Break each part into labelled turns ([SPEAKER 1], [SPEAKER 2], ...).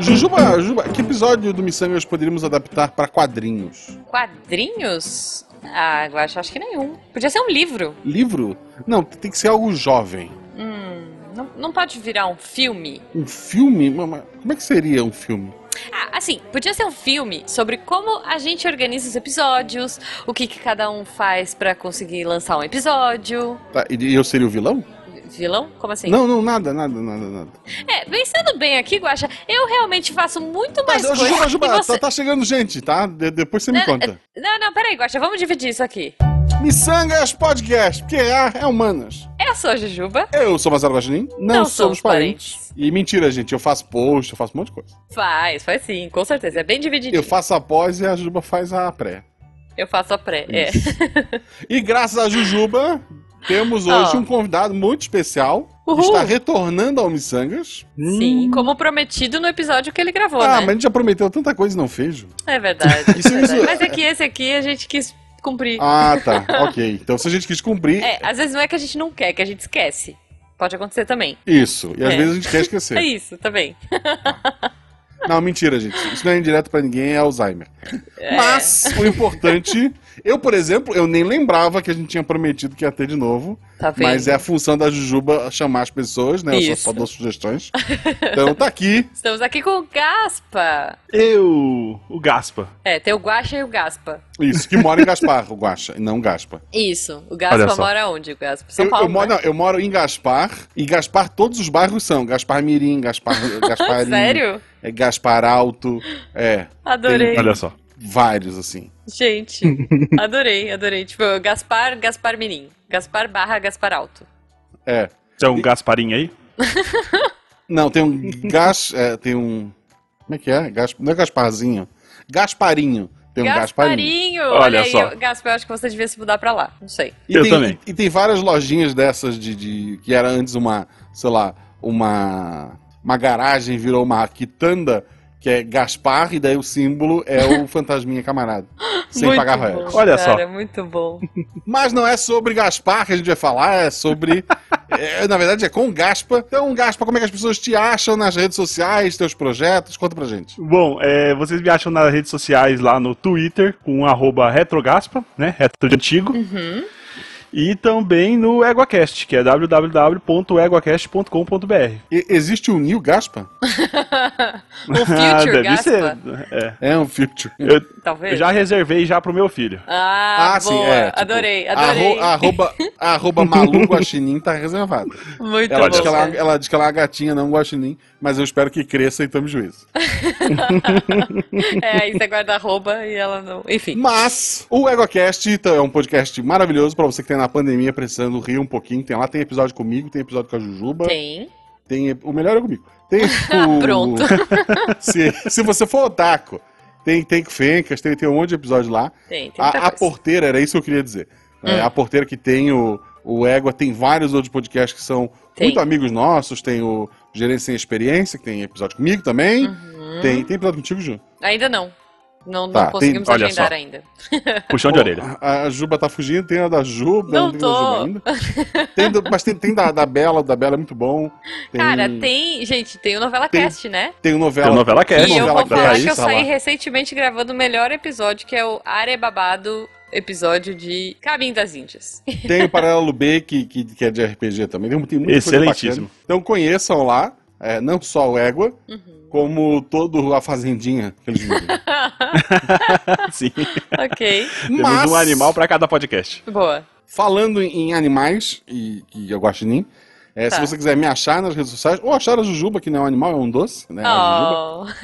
[SPEAKER 1] Jujuba, Jujuba, que episódio do Missangas poderíamos adaptar para quadrinhos?
[SPEAKER 2] Quadrinhos? Ah, eu acho, acho que nenhum. Podia ser um livro.
[SPEAKER 1] Livro? Não, tem que ser algo jovem.
[SPEAKER 2] Hum, não, não pode virar um filme.
[SPEAKER 1] Um filme? Mas Como é que seria um filme?
[SPEAKER 2] Ah, assim, podia ser um filme sobre como a gente organiza os episódios, o que, que cada um faz pra conseguir lançar um episódio.
[SPEAKER 1] Tá, e eu seria o vilão?
[SPEAKER 2] Vilão? Como assim?
[SPEAKER 1] Não, não, nada, nada, nada, nada.
[SPEAKER 2] É, pensando bem aqui, Guaxa, eu realmente faço muito mais
[SPEAKER 1] Tá,
[SPEAKER 2] coisa
[SPEAKER 1] Juba, Juba,
[SPEAKER 2] que
[SPEAKER 1] tá,
[SPEAKER 2] você.
[SPEAKER 1] tá chegando gente, tá? De- depois você me
[SPEAKER 2] Não, é-
[SPEAKER 1] conta.
[SPEAKER 2] Não, não, peraí, Guaxa, vamos dividir isso aqui.
[SPEAKER 1] Missangas Podcast, porque A é humanas.
[SPEAKER 2] Eu sou a Jujuba,
[SPEAKER 1] Eu sou Mazaro Guaxinim, não,
[SPEAKER 2] Não um
[SPEAKER 1] somos
[SPEAKER 2] somos
[SPEAKER 1] parentes. E mentira, gente, eu faço post, eu faço um monte de coisa.
[SPEAKER 2] faz, faz sim, com certeza, é bem dividido.
[SPEAKER 1] Eu faço a pós e a Juba faz a pré.
[SPEAKER 2] Eu faço a pré, é.
[SPEAKER 1] E graças a Jujuba, temos hoje
[SPEAKER 2] Ó.
[SPEAKER 1] um convidado muito especial. que
[SPEAKER 2] Ah. Uhul.
[SPEAKER 1] Está retornando ao Missangas. Hum.
[SPEAKER 2] Sim, como prometido no episódio que ele gravou,
[SPEAKER 1] Ah,
[SPEAKER 2] né?
[SPEAKER 1] mas a gente já prometeu tanta coisa e não fez. Ju.
[SPEAKER 2] É verdade.
[SPEAKER 1] Isso-
[SPEAKER 2] é verdade.
[SPEAKER 1] isso-
[SPEAKER 2] Mas é que esse aqui a gente quis cumprir.
[SPEAKER 1] Ah, tá. ok. Então se a gente quis cumprir,
[SPEAKER 2] É, às vezes não é que a gente não quer, é que a gente esquece. Pode acontecer também.
[SPEAKER 1] isso. E às
[SPEAKER 2] É.
[SPEAKER 1] vezes a gente quer
[SPEAKER 2] É
[SPEAKER 1] esquecer.
[SPEAKER 2] isso, também.
[SPEAKER 1] Não, mentira, gente. Isso não é indireto pra ninguém, é Alzheimer.
[SPEAKER 2] É.
[SPEAKER 1] Mas o importante, eu, por exemplo, eu nem lembrava que a gente tinha prometido que ia ter de novo.
[SPEAKER 2] Tá vendo?
[SPEAKER 1] Mas é a função da Jujuba chamar as pessoas, né? Eu só-
[SPEAKER 2] Isso.
[SPEAKER 1] só dou sugestões. Então tá aqui.
[SPEAKER 2] Estamos aqui com o Gaspa.
[SPEAKER 3] Eu, o Gaspa.
[SPEAKER 2] É, tem o Guaxa e o Gaspa.
[SPEAKER 1] Isso, que mora em Gaspar, o Guaxa, e não Gaspa.
[SPEAKER 2] Isso. O
[SPEAKER 3] Olha
[SPEAKER 2] Gaspa
[SPEAKER 3] só.
[SPEAKER 2] mora onde, o Gaspa? São
[SPEAKER 1] Eu,
[SPEAKER 2] Paulo.
[SPEAKER 1] eu moro,
[SPEAKER 2] né?
[SPEAKER 1] não, eu moro em Gaspar, e Gaspar, todos os bairros são. Gaspar Mirim, Gaspar Gasparim,
[SPEAKER 2] Ah, Sério?
[SPEAKER 1] é Gaspar Alto, é,
[SPEAKER 2] Adorei.
[SPEAKER 3] Olha só.
[SPEAKER 1] vários, assim.
[SPEAKER 2] Gente, adorei, adorei. Tipo, Gaspar, Gaspar Mirim. Gaspar barra Gaspar Alto.
[SPEAKER 1] É.
[SPEAKER 3] Tem um Gasparinho aí?
[SPEAKER 1] Não, tem um gás. é, tem um. Como é que é? Gas, não é Gasparzinho. Gasparinho. Tem um Gasparinho.
[SPEAKER 2] Gasparinho!
[SPEAKER 3] Olha
[SPEAKER 2] aí,
[SPEAKER 3] só.
[SPEAKER 2] eu- Gaspa, eu acho que você devia se mudar pra lá. Não sei.
[SPEAKER 1] E
[SPEAKER 3] Eu
[SPEAKER 1] tem,
[SPEAKER 3] também.
[SPEAKER 1] E tem várias lojinhas dessas de, de- que era antes uma, sei lá, uma uma garagem virou uma quitanda que é Gaspar e daí o símbolo é o fantasminha camarada, sem
[SPEAKER 2] muito
[SPEAKER 1] pagar
[SPEAKER 2] bom,
[SPEAKER 1] royalties.
[SPEAKER 3] Olha
[SPEAKER 2] cara,
[SPEAKER 3] só.
[SPEAKER 2] muito bom.
[SPEAKER 1] Mas não é sobre Gaspar que a gente vai falar, é sobre. é, na verdade, é com Gaspa. Então, Gaspa, como é que as pessoas te acham nas redes sociais, teus projetos? Conta pra gente.
[SPEAKER 3] Bom, é, vocês me acham nas redes sociais lá no Twitter, com arroba retrogaspa, né? Retro de antigo.
[SPEAKER 2] Uhum.
[SPEAKER 3] E também no EguaCast, que é www.eguacast.com.br.
[SPEAKER 1] E- existe o New Gaspa?
[SPEAKER 2] o
[SPEAKER 3] Ah,
[SPEAKER 2] Future Gaspa,
[SPEAKER 3] É.
[SPEAKER 1] É um filtro.
[SPEAKER 3] Eu, eu
[SPEAKER 2] talvez.
[SPEAKER 3] já reservei já pro meu filho.
[SPEAKER 2] Ah, boa.
[SPEAKER 1] tipo,
[SPEAKER 2] adorei, adorei.
[SPEAKER 1] arro- arroba, arroba Malu Guaxinim tá reservado.
[SPEAKER 2] Muito
[SPEAKER 1] Ela
[SPEAKER 2] bom.
[SPEAKER 1] diz, que ela, ela diz que ela é uma gatinha, não um guaxinim, mas eu espero que cresça e tome juízo.
[SPEAKER 2] É, aí você guarda arroba e ela não. Enfim.
[SPEAKER 1] Mas o EgoCast então, é um podcast maravilhoso pra você que tá na pandemia precisando rir um pouquinho. Tem lá, tem episódio comigo, tem episódio com a Jujuba.
[SPEAKER 2] Tem.
[SPEAKER 1] Tem, o melhor é comigo. Tem o...
[SPEAKER 2] Pronto.
[SPEAKER 1] se, se você for otaku, tem, tem com Fencas, tem, tem um monte de episódio lá.
[SPEAKER 2] Tem, tem muita
[SPEAKER 1] A, a
[SPEAKER 2] coisa.
[SPEAKER 1] porteira, era isso que eu queria dizer. É,
[SPEAKER 2] Hum.
[SPEAKER 1] a porteira que tem o, o Égua, tem vários outros podcasts que são
[SPEAKER 2] Tem.
[SPEAKER 1] muito amigos nossos. Tem o Gerência Sem Experiência, que tem episódio comigo também.
[SPEAKER 2] Uhum.
[SPEAKER 1] Tem, tem episódio contigo, Ju?
[SPEAKER 2] Ainda não. Não, não
[SPEAKER 1] Tá,
[SPEAKER 2] conseguimos
[SPEAKER 3] tem- olha
[SPEAKER 2] agendar
[SPEAKER 3] só.
[SPEAKER 2] ainda.
[SPEAKER 3] Puxão de
[SPEAKER 1] Pô,
[SPEAKER 3] orelha.
[SPEAKER 1] A, a Juba tá fugindo, tem a da Juba,
[SPEAKER 2] Não
[SPEAKER 1] tem
[SPEAKER 2] tô.
[SPEAKER 1] da Juba ainda. Tem do- mas tem, tem da, da Bela, o da Bela é muito bom. Tem,
[SPEAKER 2] Cara, tem. Gente, tem o Novela
[SPEAKER 1] Tem-
[SPEAKER 2] Cast, né?
[SPEAKER 1] tem o novela.
[SPEAKER 3] Tem o Novela Cast.
[SPEAKER 2] e eu
[SPEAKER 1] novela
[SPEAKER 2] vou
[SPEAKER 1] que
[SPEAKER 2] falar
[SPEAKER 1] tá aí,
[SPEAKER 2] que eu
[SPEAKER 1] sei lá.
[SPEAKER 2] saí recentemente gravando o melhor episódio, que é o Arebabado episódio de Caminho das Índias.
[SPEAKER 1] Tem o Paralelo B, que, que, que é de RPG também. Tem, tem muita coisa
[SPEAKER 3] Excelentíssimo.
[SPEAKER 1] bacana. Então conheçam lá, é, não só o Égua, como todo a Fazendinha que eles vivem.
[SPEAKER 3] Sim.
[SPEAKER 2] ok.
[SPEAKER 3] Temos um animal pra cada podcast.
[SPEAKER 2] Boa.
[SPEAKER 1] falando em em animais e, e eu gosto de mim, é,
[SPEAKER 2] Tá.
[SPEAKER 1] se você quiser me achar nas redes sociais, ou achar a Jujuba, que não é um animal, é um doce, né? a Jujuba,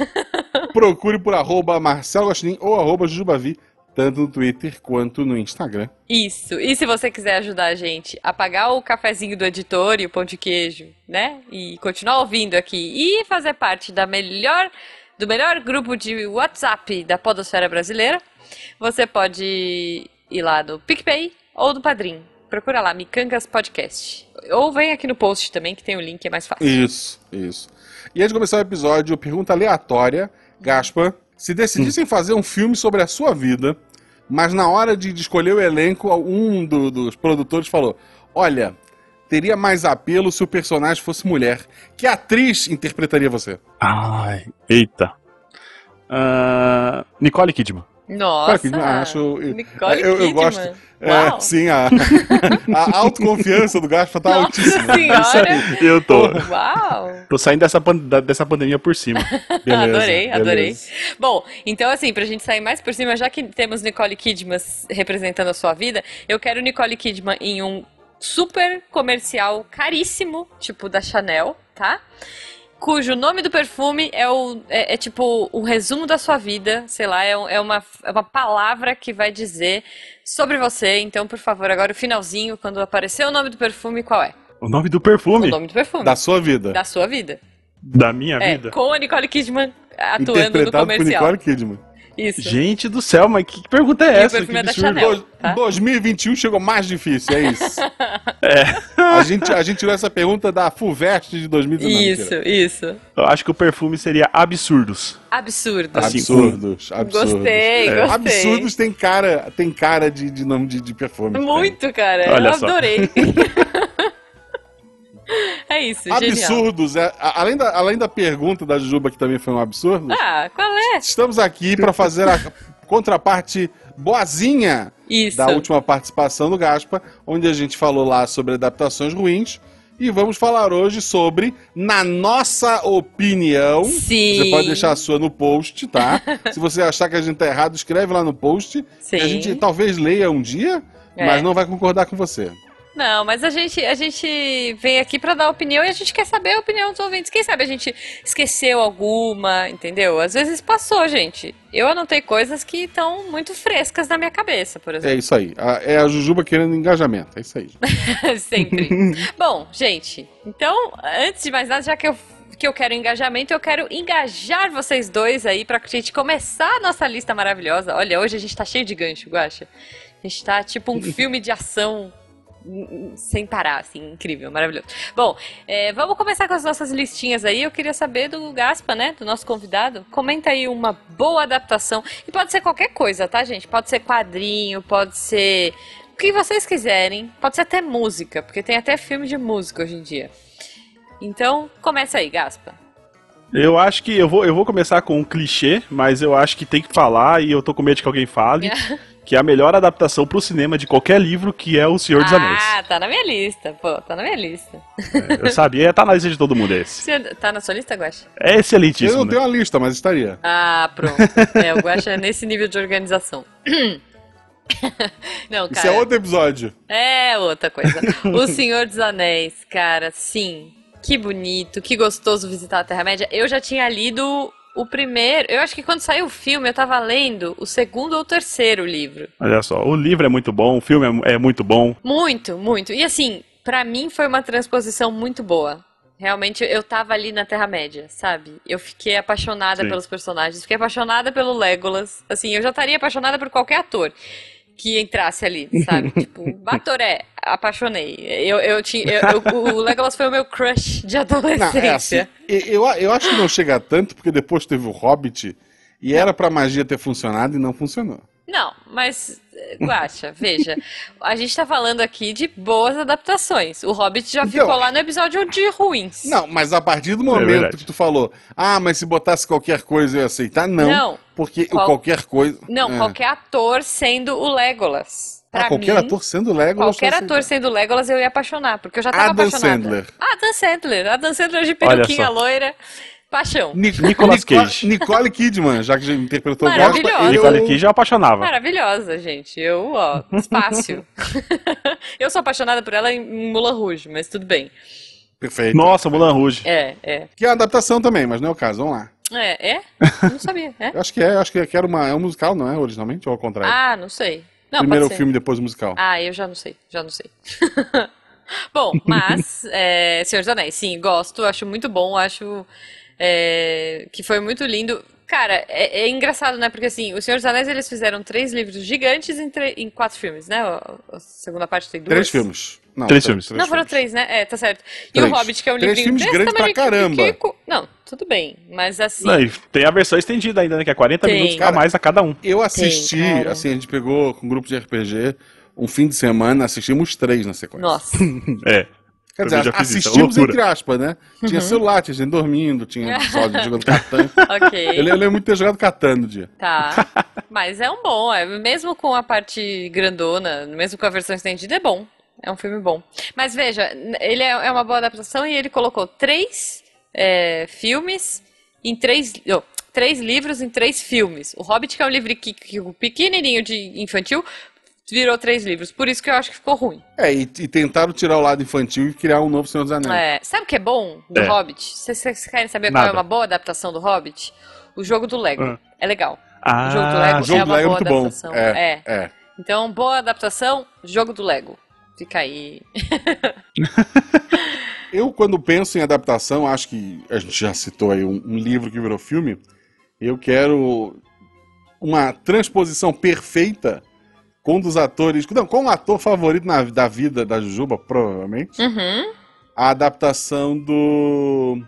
[SPEAKER 2] Oh.
[SPEAKER 1] procure por arroba Marcelo Guaxinim ou arroba Jujubavi, tanto no Twitter quanto no Instagram.
[SPEAKER 2] Isso. E se você quiser ajudar a gente a pagar o cafezinho do editor e o pão de queijo, né? E continuar ouvindo aqui e fazer parte da melhor do melhor grupo de WhatsApp da podosfera brasileira, você pode ir lá no PicPay ou no Padrim. Procura lá, Micangas Podcast. Ou vem aqui no post também, que tem o link, é mais fácil.
[SPEAKER 1] Isso, isso. E antes de começar o episódio, pergunta aleatória, Gaspa, se
[SPEAKER 2] Hum.
[SPEAKER 1] decidissem fazer um filme sobre a sua vida, mas na hora de de escolher o elenco, um do- dos produtores falou, olha, teria mais apelo se o personagem fosse mulher. Que atriz interpretaria você?
[SPEAKER 3] Ai, eita. Ah, Nicole Kidman.
[SPEAKER 2] Nossa.
[SPEAKER 1] Claro que não, acho-
[SPEAKER 2] Nicole
[SPEAKER 1] eu- eu
[SPEAKER 2] Kidman.
[SPEAKER 1] gosto.
[SPEAKER 2] Uau.
[SPEAKER 1] É, sim, a, a autoconfiança do Gaspa tá
[SPEAKER 2] Nossa
[SPEAKER 1] altíssima.
[SPEAKER 2] senhora.
[SPEAKER 3] Eu tô.
[SPEAKER 2] Uau.
[SPEAKER 3] Tô saindo dessa, pan- da- dessa pandemia por cima.
[SPEAKER 1] Beleza,
[SPEAKER 2] adorei,
[SPEAKER 1] beleza.
[SPEAKER 2] adorei. Bom, então assim, pra gente sair mais por cima, já que temos Nicole Kidman representando a sua vida, eu quero Nicole Kidman em um super comercial caríssimo, tipo da Chanel, tá? Cujo nome do perfume é, o, é, é tipo o resumo da sua vida, sei lá, é, um- é uma, é uma palavra que vai dizer sobre você. Então, por favor, agora o finalzinho, quando aparecer o nome do perfume, qual é?
[SPEAKER 3] O nome do
[SPEAKER 2] O
[SPEAKER 3] perfume
[SPEAKER 2] nome do perfume.
[SPEAKER 1] Da sua vida.
[SPEAKER 2] da sua vida.
[SPEAKER 3] da minha
[SPEAKER 2] É,
[SPEAKER 3] vida.
[SPEAKER 2] com a Nicole Kidman atuando no
[SPEAKER 1] Interpretado por
[SPEAKER 2] comercial.
[SPEAKER 1] Nicole Kidman.
[SPEAKER 2] Isso.
[SPEAKER 3] Gente do céu, mas que pergunta
[SPEAKER 2] E o
[SPEAKER 3] é essa? Que
[SPEAKER 2] perfume é da
[SPEAKER 3] absurdo.
[SPEAKER 2] Chanel.
[SPEAKER 1] Dois-
[SPEAKER 2] tá?
[SPEAKER 1] 2021 chegou mais difícil, é isso. A gente, a gente tirou essa pergunta da FUVEST de 2019.
[SPEAKER 2] Isso,
[SPEAKER 1] mentira.
[SPEAKER 2] isso.
[SPEAKER 3] Eu acho que o perfume seria absurdos.
[SPEAKER 2] Absurdo.
[SPEAKER 3] Assim,
[SPEAKER 1] Absurdos, absurdos.
[SPEAKER 2] Gostei,
[SPEAKER 1] É.
[SPEAKER 2] gostei.
[SPEAKER 1] Absurdos tem cara, tem cara de, de nome de, de perfume. cara.
[SPEAKER 2] Muito, cara.
[SPEAKER 3] Olha
[SPEAKER 2] eu
[SPEAKER 3] só.
[SPEAKER 2] adorei. é isso, genial.
[SPEAKER 1] Absurdos. é, a- além, da, além da pergunta da Jujuba, que também foi um absurdo,
[SPEAKER 2] Ah, qual é?
[SPEAKER 1] estamos aqui para fazer a contraparte boazinha
[SPEAKER 2] Isso.
[SPEAKER 1] da última participação do Gaspa, onde a gente falou lá sobre adaptações ruins. E vamos falar hoje sobre, na nossa opinião.
[SPEAKER 2] Sim.
[SPEAKER 1] um? Você pode deixar a sua no post, tá? Se você achar que a gente tá errado, escreve lá no post.
[SPEAKER 2] Sim.
[SPEAKER 1] A gente talvez leia um dia,
[SPEAKER 2] É.
[SPEAKER 1] mas não vai concordar com você.
[SPEAKER 2] Não, mas a gente, a gente vem aqui pra dar opinião e a gente quer saber a opinião dos ouvintes. Quem sabe a gente esqueceu alguma, entendeu? Às vezes passou, gente. Eu anotei coisas que estão muito frescas na minha cabeça, por exemplo.
[SPEAKER 1] É isso aí. A- É a Jujuba querendo engajamento. É isso aí.
[SPEAKER 2] Sempre. Bom, gente, então, antes de mais nada, já que eu, que eu quero engajamento, eu quero engajar vocês dois aí pra gente começar a nossa lista maravilhosa. Olha, hoje a gente tá cheio de gancho, Guaxa. A gente tá tipo um filme de ação hum, hum, sem parar, assim, incrível, maravilhoso. Bom, é, vamos começar com as nossas listinhas aí. Eu queria saber do Gaspa, né, do nosso convidado. Comenta aí uma boa adaptação. E pode ser qualquer coisa, tá, gente? Pode ser quadrinho, pode ser o que vocês quiserem. Pode ser até música, porque tem até filme de música hoje em dia. Então, começa aí, Gaspa.
[SPEAKER 3] Eu acho que eu vou, eu vou começar com um clichê, mas eu acho que tem que falar e eu tô com medo que alguém fale, que é a melhor adaptação pro cinema de qualquer livro, que é O Senhor dos Anéis.
[SPEAKER 2] Ah, tá na minha lista, pô, tá na minha lista.
[SPEAKER 3] Eu sabia, tá na lista de todo mundo esse.
[SPEAKER 2] Você tá na sua lista, Guaxa?
[SPEAKER 3] É
[SPEAKER 1] Eu
[SPEAKER 3] excelentíssimo,
[SPEAKER 1] não
[SPEAKER 3] né?
[SPEAKER 1] tenho a lista, mas estaria.
[SPEAKER 2] Ah, pronto. É, o Guaxa é nesse nível de organização. Não,
[SPEAKER 1] Isso é
[SPEAKER 2] cara.
[SPEAKER 1] outro episódio.
[SPEAKER 2] É outra coisa. O Senhor dos Anéis, cara, sim. Que bonito, que gostoso visitar a Terra-média. Eu já tinha lido o primeiro. Eu acho que quando saiu o filme, eu tava lendo o segundo ou terceiro livro.
[SPEAKER 3] Olha só, o livro é muito bom, o filme é mu- é, muito bom.
[SPEAKER 2] Muito, muito. E assim, pra mim foi uma transposição muito boa. Realmente eu tava ali na Terra-média, sabe? Eu fiquei apaixonada
[SPEAKER 3] Sim.
[SPEAKER 2] pelos personagens, fiquei apaixonada pelo Legolas. Assim, eu já estaria apaixonada por qualquer ator que entrasse ali, sabe? Tipo, Batoré, apaixonei. Eu, eu tinha, eu- eu- o Legolas foi o meu crush de
[SPEAKER 1] Não, é assim,
[SPEAKER 2] adolescência.
[SPEAKER 1] e- eu, eu acho que não chega tanto, porque depois teve o Hobbit, e era pra magia ter funcionado e não funcionou.
[SPEAKER 2] Não, mas, eh, Guaxa, veja, a gente tá falando aqui de boas adaptações. O Hobbit já
[SPEAKER 1] Então-
[SPEAKER 2] ficou lá no episódio de ruins.
[SPEAKER 1] Não, mas a partir do
[SPEAKER 3] É
[SPEAKER 1] momento
[SPEAKER 3] verdade.
[SPEAKER 1] que tu falou, ah, mas se botasse qualquer coisa eu ia aceitar, não.
[SPEAKER 2] Não.
[SPEAKER 1] Porque o
[SPEAKER 2] Qual-
[SPEAKER 1] qualquer coisa.
[SPEAKER 2] Não,
[SPEAKER 1] é.
[SPEAKER 2] qualquer ator sendo o Legolas.
[SPEAKER 1] Ah,
[SPEAKER 2] Pra
[SPEAKER 1] qualquer
[SPEAKER 2] mim,
[SPEAKER 1] ator sendo Legolas.
[SPEAKER 2] qualquer
[SPEAKER 1] eu assim.
[SPEAKER 2] ator
[SPEAKER 1] aceito.
[SPEAKER 2] sendo o Legolas, eu ia apaixonar, porque eu já tava
[SPEAKER 1] Adam
[SPEAKER 2] apaixonada.
[SPEAKER 1] Sandler.
[SPEAKER 2] Adam Sandler. Adam Sandler de
[SPEAKER 3] Olha
[SPEAKER 2] peruquinha
[SPEAKER 3] só.
[SPEAKER 2] loira. Paixão.
[SPEAKER 1] Nic-
[SPEAKER 3] Nicolas
[SPEAKER 1] Nico-
[SPEAKER 3] Cage.
[SPEAKER 1] Nicole Kidman, já que já interpretou o Gaspa. eu-
[SPEAKER 2] Maravilhosa.
[SPEAKER 3] E olha aqui, já apaixonava.
[SPEAKER 2] Maravilhosa, gente. Eu, ó, fácil. eu sou apaixonada por ela em Mulan Rouge, mas tudo bem.
[SPEAKER 1] Perfeito.
[SPEAKER 3] Nossa, Mulan Rouge.
[SPEAKER 2] É, é.
[SPEAKER 1] Que é uma adaptação também, mas não é o caso. Vamos lá.
[SPEAKER 2] É, é? Não sabia, é?
[SPEAKER 1] Eu acho que é, eu acho que era uma, é um musical, não é? Originalmente ou ao contrário?
[SPEAKER 2] Ah, não sei. Não,
[SPEAKER 1] Primeiro o
[SPEAKER 2] pode ser.
[SPEAKER 1] filme, depois o musical.
[SPEAKER 2] Ah, eu já não sei, já não sei. Bom, mas, é, Senhor dos Anéis, sim, gosto, acho muito bom, acho é, que foi muito lindo. Cara, é, é engraçado, né? Porque assim, o Senhor dos Anéis eles fizeram três livros gigantes em, tre- em quatro filmes, né? A, a segunda parte tem duas.
[SPEAKER 1] Três filmes. Não,
[SPEAKER 3] Três filmes.
[SPEAKER 2] Não, foram três, né? É, tá certo. E o
[SPEAKER 1] Três.
[SPEAKER 2] Hobbit, que é um
[SPEAKER 1] Três
[SPEAKER 2] livrinho
[SPEAKER 1] filmes
[SPEAKER 2] desse
[SPEAKER 1] grandes pra
[SPEAKER 2] tamanho,
[SPEAKER 1] caramba.
[SPEAKER 2] pequenico. Não, tudo bem, mas assim,
[SPEAKER 3] Não, e tem a versão estendida ainda, né? Que é 40
[SPEAKER 2] Tem.
[SPEAKER 3] minutos a
[SPEAKER 1] Cara,
[SPEAKER 3] mais a cada um.
[SPEAKER 1] Eu assisti,
[SPEAKER 2] Tem, cara.
[SPEAKER 1] assim, a gente pegou com um grupo de RPG um fim de semana, assistimos três na sequência.
[SPEAKER 2] nossa,
[SPEAKER 3] É.
[SPEAKER 1] Quer
[SPEAKER 3] Eu
[SPEAKER 1] dizer,
[SPEAKER 3] já fiz isso, é
[SPEAKER 1] assistimos
[SPEAKER 3] loucura.
[SPEAKER 1] entre aspas, né?
[SPEAKER 2] Uhum.
[SPEAKER 1] Tinha celular, tinha gente dormindo, tinha episódio jogando Catan. Eu,
[SPEAKER 2] Ok,
[SPEAKER 1] le- eu lembro muito de ter jogado Catan no dia.
[SPEAKER 2] tá. Mas é um bom, é, mesmo com a parte grandona, mesmo com a versão estendida, é bom. É um filme bom. Mas veja, n- ele é, é uma boa adaptação e ele colocou três é, filmes em três. oh, três livros em três filmes. O Hobbit, que é um livro que, que, pequenininho de infantil, virou três livros. Por isso que eu acho que ficou ruim.
[SPEAKER 1] É, e, e tentaram tirar o lado infantil e criar um novo Senhor dos Anéis.
[SPEAKER 2] É, sabe o que é bom do
[SPEAKER 3] É.
[SPEAKER 2] Hobbit? Vocês vocês querem saber
[SPEAKER 3] Nada.
[SPEAKER 2] qual é uma boa adaptação do Hobbit? O jogo do Lego.
[SPEAKER 3] Ah.
[SPEAKER 2] É legal.
[SPEAKER 3] Ah,
[SPEAKER 2] O jogo do Lego
[SPEAKER 1] o jogo
[SPEAKER 2] é
[SPEAKER 1] do
[SPEAKER 2] uma
[SPEAKER 1] Lego é
[SPEAKER 2] boa
[SPEAKER 1] muito bom.
[SPEAKER 2] adaptação.
[SPEAKER 1] É.
[SPEAKER 2] É.
[SPEAKER 1] É.
[SPEAKER 2] Então, boa adaptação, jogo do Lego. Fica aí.
[SPEAKER 1] Eu, quando penso em adaptação, acho que a gente já citou aí um, um livro que virou filme. Eu quero uma transposição perfeita com um dos atores. Não, com o ator favorito na- da vida da Jujuba, provavelmente.
[SPEAKER 2] Uhum.
[SPEAKER 1] A adaptação do.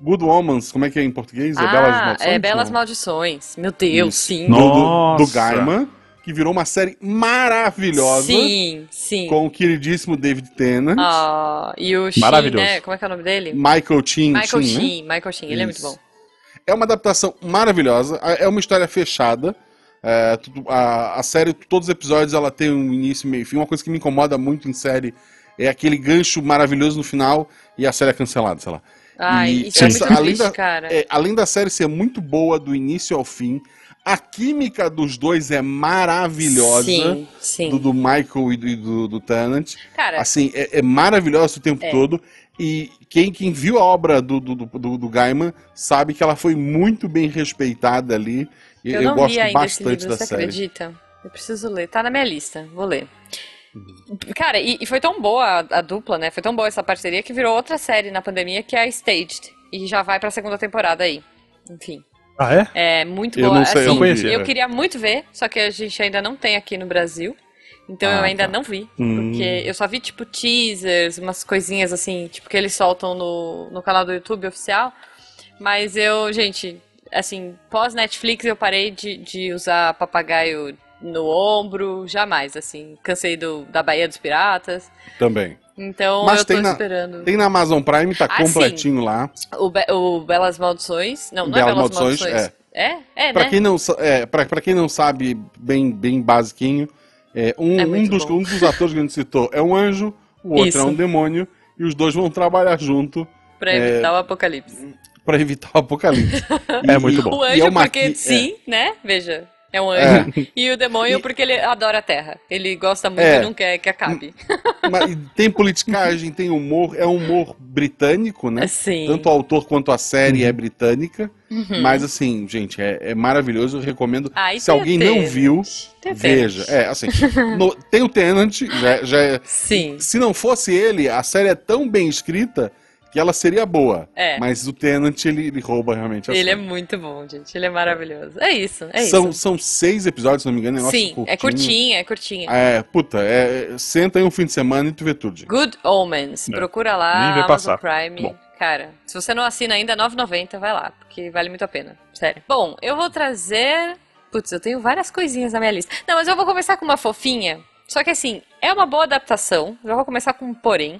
[SPEAKER 1] Good Omens, como é que é em português? É Belas
[SPEAKER 2] ah,
[SPEAKER 1] Maldições?
[SPEAKER 2] é Belas
[SPEAKER 1] Não.
[SPEAKER 2] Maldições. Meu Deus,
[SPEAKER 1] Isso.
[SPEAKER 2] sim.
[SPEAKER 1] Do, do, do
[SPEAKER 3] Nossa.
[SPEAKER 1] Gaiman, que virou uma série maravilhosa
[SPEAKER 2] Sim, sim.
[SPEAKER 1] com o queridíssimo David Tennant,
[SPEAKER 2] Ah, e o Shin,
[SPEAKER 3] Maravilhoso.
[SPEAKER 2] né? Como é que é o nome dele?
[SPEAKER 1] Michael Chin.
[SPEAKER 2] Michael
[SPEAKER 1] Chin, Hum, né?
[SPEAKER 2] Sheen, Michael Sheen, ele é muito
[SPEAKER 1] Isso.
[SPEAKER 2] bom.
[SPEAKER 1] É uma adaptação maravilhosa, a- é uma história fechada. é, tudo- a, a série, todos os episódios, ela tem um início, meio e fim. Uma coisa que me incomoda muito em série é aquele gancho maravilhoso no final e a série é cancelada, sei lá.
[SPEAKER 2] Ai,
[SPEAKER 1] E
[SPEAKER 2] isso é
[SPEAKER 1] essa-
[SPEAKER 2] muito
[SPEAKER 1] além
[SPEAKER 2] triste,
[SPEAKER 1] da-
[SPEAKER 2] cara.
[SPEAKER 1] É, além da série ser muito boa do início ao fim, a química dos dois é maravilhosa.
[SPEAKER 2] Sim, sim.
[SPEAKER 1] Do, do Michael e do, e do, do Tennant.
[SPEAKER 2] Cara,
[SPEAKER 1] Assim, é, é maravilhoso o tempo
[SPEAKER 2] É.
[SPEAKER 1] todo. E quem, quem viu a obra do, do, do, do- do Gaiman sabe que ela foi muito bem respeitada ali. E
[SPEAKER 2] Eu
[SPEAKER 1] eu,
[SPEAKER 2] não
[SPEAKER 1] gosto
[SPEAKER 2] li ainda esse
[SPEAKER 1] bastante
[SPEAKER 2] livro,
[SPEAKER 1] da
[SPEAKER 2] você
[SPEAKER 1] série.
[SPEAKER 2] acredita? Eu preciso ler, tá na minha lista, vou ler.
[SPEAKER 1] Uhum.
[SPEAKER 2] Cara, e, e foi tão boa a, a dupla, né? Foi tão boa essa parceria que virou outra série na pandemia que é a Staged. E já vai pra segunda temporada aí. Enfim,
[SPEAKER 3] Ah, é?
[SPEAKER 2] é muito
[SPEAKER 1] Eu
[SPEAKER 2] boa.
[SPEAKER 1] não sei, eu
[SPEAKER 2] assim,
[SPEAKER 1] não
[SPEAKER 3] conhecia,
[SPEAKER 2] eu
[SPEAKER 1] vi.
[SPEAKER 2] queria muito ver, só que a gente ainda não tem aqui no Brasil. Então
[SPEAKER 1] Ah,
[SPEAKER 2] eu ainda
[SPEAKER 1] tá.
[SPEAKER 2] não vi.
[SPEAKER 3] Hum.
[SPEAKER 2] Porque eu só vi, tipo, teasers, umas coisinhas assim, tipo, que eles soltam no, no canal do YouTube oficial. Mas eu, gente, assim, pós-Netflix eu parei de, de usar papagaio no ombro, jamais, assim. Cansei do, da Bahia dos Piratas.
[SPEAKER 1] Também.
[SPEAKER 2] Então
[SPEAKER 1] Mas
[SPEAKER 2] eu tô
[SPEAKER 1] tem na-
[SPEAKER 2] esperando.
[SPEAKER 1] Tem na Amazon Prime, tá
[SPEAKER 2] Ah,
[SPEAKER 1] completinho lá.
[SPEAKER 2] O, Be- o Belas Maldições. Não, não é
[SPEAKER 1] Belas
[SPEAKER 2] Belas
[SPEAKER 1] Maldições,
[SPEAKER 2] Maldições. É, é,
[SPEAKER 1] Pra
[SPEAKER 2] né?
[SPEAKER 1] quem não sa- é, pra, pra quem não sabe bem bem basiquinho, é, um,
[SPEAKER 2] É
[SPEAKER 1] um
[SPEAKER 2] muito
[SPEAKER 1] dos
[SPEAKER 2] bom.
[SPEAKER 1] um dos atores que a gente citou é um anjo, o outro
[SPEAKER 2] Isso.
[SPEAKER 1] é um demônio e os dois vão trabalhar junto
[SPEAKER 2] Pra
[SPEAKER 1] é
[SPEAKER 2] evitar o apocalipse.
[SPEAKER 1] pra evitar o apocalipse.
[SPEAKER 3] É muito bom.
[SPEAKER 2] O anjo, porque
[SPEAKER 1] qui- é,
[SPEAKER 2] sim, né? Veja. É um anjo. E o demônio,
[SPEAKER 1] E-
[SPEAKER 2] porque ele adora a terra. Ele gosta muito
[SPEAKER 1] É. Hum,
[SPEAKER 2] e não quer que acabe.
[SPEAKER 1] mas- e tem politicagem, tem humor, é um humor britânico, né?
[SPEAKER 2] Sim.
[SPEAKER 1] Tanto o autor quanto a série é britânica,
[SPEAKER 2] Uhum.
[SPEAKER 1] mas assim, gente, é, é maravilhoso, eu recomendo.
[SPEAKER 2] Ai,
[SPEAKER 1] Se
[SPEAKER 2] Ah, tem
[SPEAKER 1] alguém
[SPEAKER 2] Tenant.
[SPEAKER 1] não viu,
[SPEAKER 2] Tem
[SPEAKER 1] veja.
[SPEAKER 2] Tenant.
[SPEAKER 1] É, assim, no- tem o Tenant, já, já é-
[SPEAKER 2] Sim,
[SPEAKER 1] se não fosse ele, a série é tão bem escrita que ela seria boa.
[SPEAKER 2] é.
[SPEAKER 1] Mas o Tenant, ele, ele rouba realmente a
[SPEAKER 2] Ele é
[SPEAKER 1] série.
[SPEAKER 2] muito bom, gente. Ele é maravilhoso. É isso, é
[SPEAKER 1] são,
[SPEAKER 2] isso.
[SPEAKER 1] são seis episódios, se não me engano, é um negócio
[SPEAKER 2] Sim, é
[SPEAKER 1] curtinho.
[SPEAKER 2] curtinha, é curtinha.
[SPEAKER 1] É, puta, é, senta aí um fim de semana e tu vê tudo, gente.
[SPEAKER 2] Good Omens.
[SPEAKER 3] É.
[SPEAKER 2] Procura lá,
[SPEAKER 3] Nem vê
[SPEAKER 2] Amazon
[SPEAKER 3] passar.
[SPEAKER 2] Prime.
[SPEAKER 3] Bom.
[SPEAKER 2] Cara, se você não assina ainda, 9,90, vai lá, porque vale muito a pena. Sério. Bom, eu vou trazer. Putz, eu tenho várias coisinhas na minha lista. Não, mas eu vou começar com uma fofinha. Só que assim, é uma boa adaptação. Já vou começar com um porém.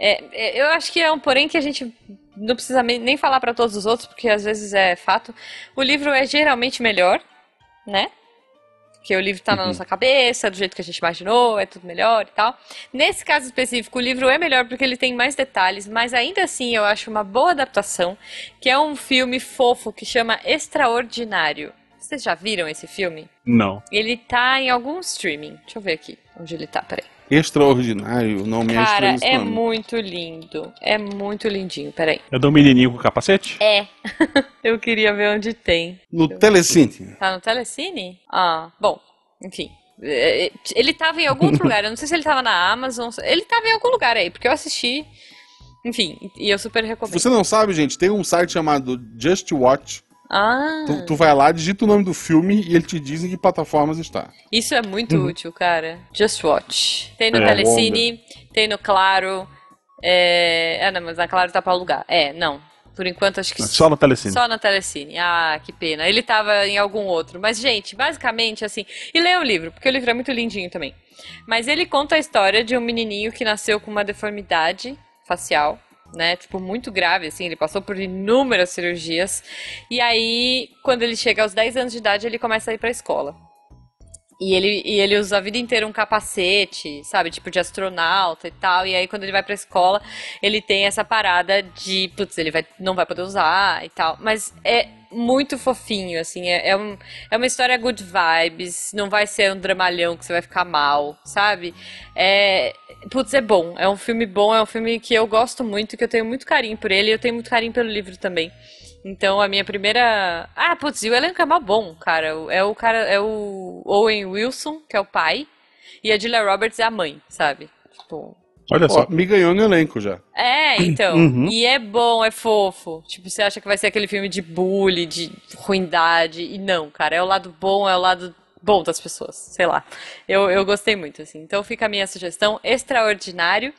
[SPEAKER 2] É, é, eu acho que é um porém que a gente não precisa me- nem falar pra todos os outros, porque às vezes é fato. O livro é geralmente melhor, né? Porque o livro tá na
[SPEAKER 1] Uhum.
[SPEAKER 2] nossa cabeça, do jeito que a gente imaginou, é tudo melhor e tal. Nesse caso específico, o livro é melhor porque ele tem mais detalhes, mas ainda assim eu acho uma boa adaptação, que é um filme fofo que chama Extraordinário. Vocês já viram esse filme?
[SPEAKER 3] Não.
[SPEAKER 2] Ele tá em algum streaming. Deixa eu ver aqui onde ele tá, peraí.
[SPEAKER 1] É, Extraordinário, não me
[SPEAKER 2] Cara,
[SPEAKER 1] estranho
[SPEAKER 2] é
[SPEAKER 1] nome.
[SPEAKER 2] muito lindo. É muito lindinho, peraí.
[SPEAKER 3] É do menininho com capacete?
[SPEAKER 2] É. eu queria ver onde tem.
[SPEAKER 1] No Telecine.
[SPEAKER 2] Tá no Telecine? Ah, bom, enfim. É, é, Ele tava em algum outro lugar, eu não sei se ele tava na Amazon. Ele tava em algum lugar aí, porque eu assisti. Enfim, e eu super
[SPEAKER 1] Se
[SPEAKER 2] recomendo.
[SPEAKER 1] você não sabe, gente, tem um site chamado Just Watch.
[SPEAKER 2] Ah,
[SPEAKER 3] Então,
[SPEAKER 1] Tu, tu vai lá, digita o nome do filme e ele te diz em que plataformas está.
[SPEAKER 2] isso é muito útil, cara. Just Watch. Tem no
[SPEAKER 3] Uhum. É,
[SPEAKER 2] Telecine, tem no Claro. É... Ah, não, mas na Claro tá pra alugar. É, não. Por enquanto, acho que
[SPEAKER 3] Só no Telecine.
[SPEAKER 2] só na Telecine. Ah, que pena. Ele tava em algum outro. Mas, gente, basicamente assim. E leia o livro, porque o livro é muito lindinho também. Mas ele conta a história de um menininho que nasceu com uma deformidade facial, né? Tipo, muito grave, assim. Ele passou por inúmeras cirurgias. E aí, quando ele chega aos 10 anos de idade, ele começa a ir pra escola. E ele, e ele usa a vida inteira um capacete, sabe? Tipo de astronauta e tal. E aí, quando ele vai pra escola, ele tem essa parada de, putz, ele vai, não vai poder usar e tal. Mas é muito fofinho, assim. É, é, um- é uma história good vibes. Não vai ser um dramalhão que você vai ficar mal, sabe? É. Putz, é bom. É um filme bom, é um filme que eu gosto muito, que eu tenho muito carinho por ele. E eu tenho muito carinho pelo livro também. Então a minha primeira. Ah, putz, e o elenco é mó bom, cara. O- É o cara. É o Owen Wilson, que é o pai, e a Julia Roberts é a mãe, sabe? Tipo.
[SPEAKER 3] Olha
[SPEAKER 1] Ó,
[SPEAKER 3] só.
[SPEAKER 1] me ganhou no um elenco já.
[SPEAKER 2] É, então.
[SPEAKER 3] Uhum.
[SPEAKER 2] E é bom, é fofo. Tipo, você acha que vai ser aquele filme de bullying, de ruindade. E não, cara. É o lado bom, é o lado bom das pessoas. Sei lá. Eu, eu gostei muito, assim. Então fica a minha sugestão. Extraordinário.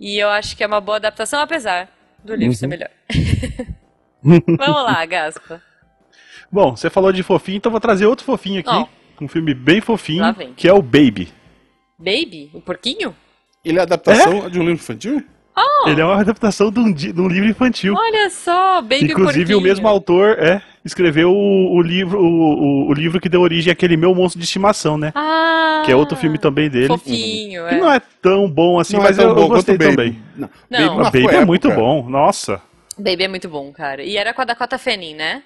[SPEAKER 2] E eu acho que é uma boa adaptação, apesar do livro
[SPEAKER 3] Uhum.
[SPEAKER 2] ser melhor. Vamos lá, Gaspa.
[SPEAKER 3] Bom, você falou de fofinho, então vou trazer outro fofinho aqui.
[SPEAKER 2] Ó.
[SPEAKER 3] Um filme bem fofinho,
[SPEAKER 2] Lá vem.
[SPEAKER 3] que é o Baby.
[SPEAKER 2] Baby? O porquinho?
[SPEAKER 1] Ele é adaptação de um livro infantil?
[SPEAKER 3] Ele é uma adaptação de um, di- de um livro infantil.
[SPEAKER 2] Olha só, Baby
[SPEAKER 3] Inclusive,
[SPEAKER 2] Porquinho.
[SPEAKER 3] o mesmo autor é, escreveu o, o livro, o, o- o livro que deu origem àquele Meu Monstro de Estimação, né?
[SPEAKER 2] Ah,
[SPEAKER 3] que é outro filme também dele.
[SPEAKER 2] Fofinho,
[SPEAKER 3] Que
[SPEAKER 2] é.
[SPEAKER 3] não é tão bom assim,
[SPEAKER 1] Não é
[SPEAKER 3] mas
[SPEAKER 1] tão
[SPEAKER 3] eu,
[SPEAKER 1] bom
[SPEAKER 3] eu gostei
[SPEAKER 1] quanto o Baby.
[SPEAKER 3] também.
[SPEAKER 1] Não,
[SPEAKER 2] Não.
[SPEAKER 1] Baby
[SPEAKER 3] Mas
[SPEAKER 1] marcou
[SPEAKER 3] Baby é
[SPEAKER 1] época.
[SPEAKER 3] muito bom, nossa.
[SPEAKER 2] Baby é muito bom, cara. E era com a Dakota Fanning, né?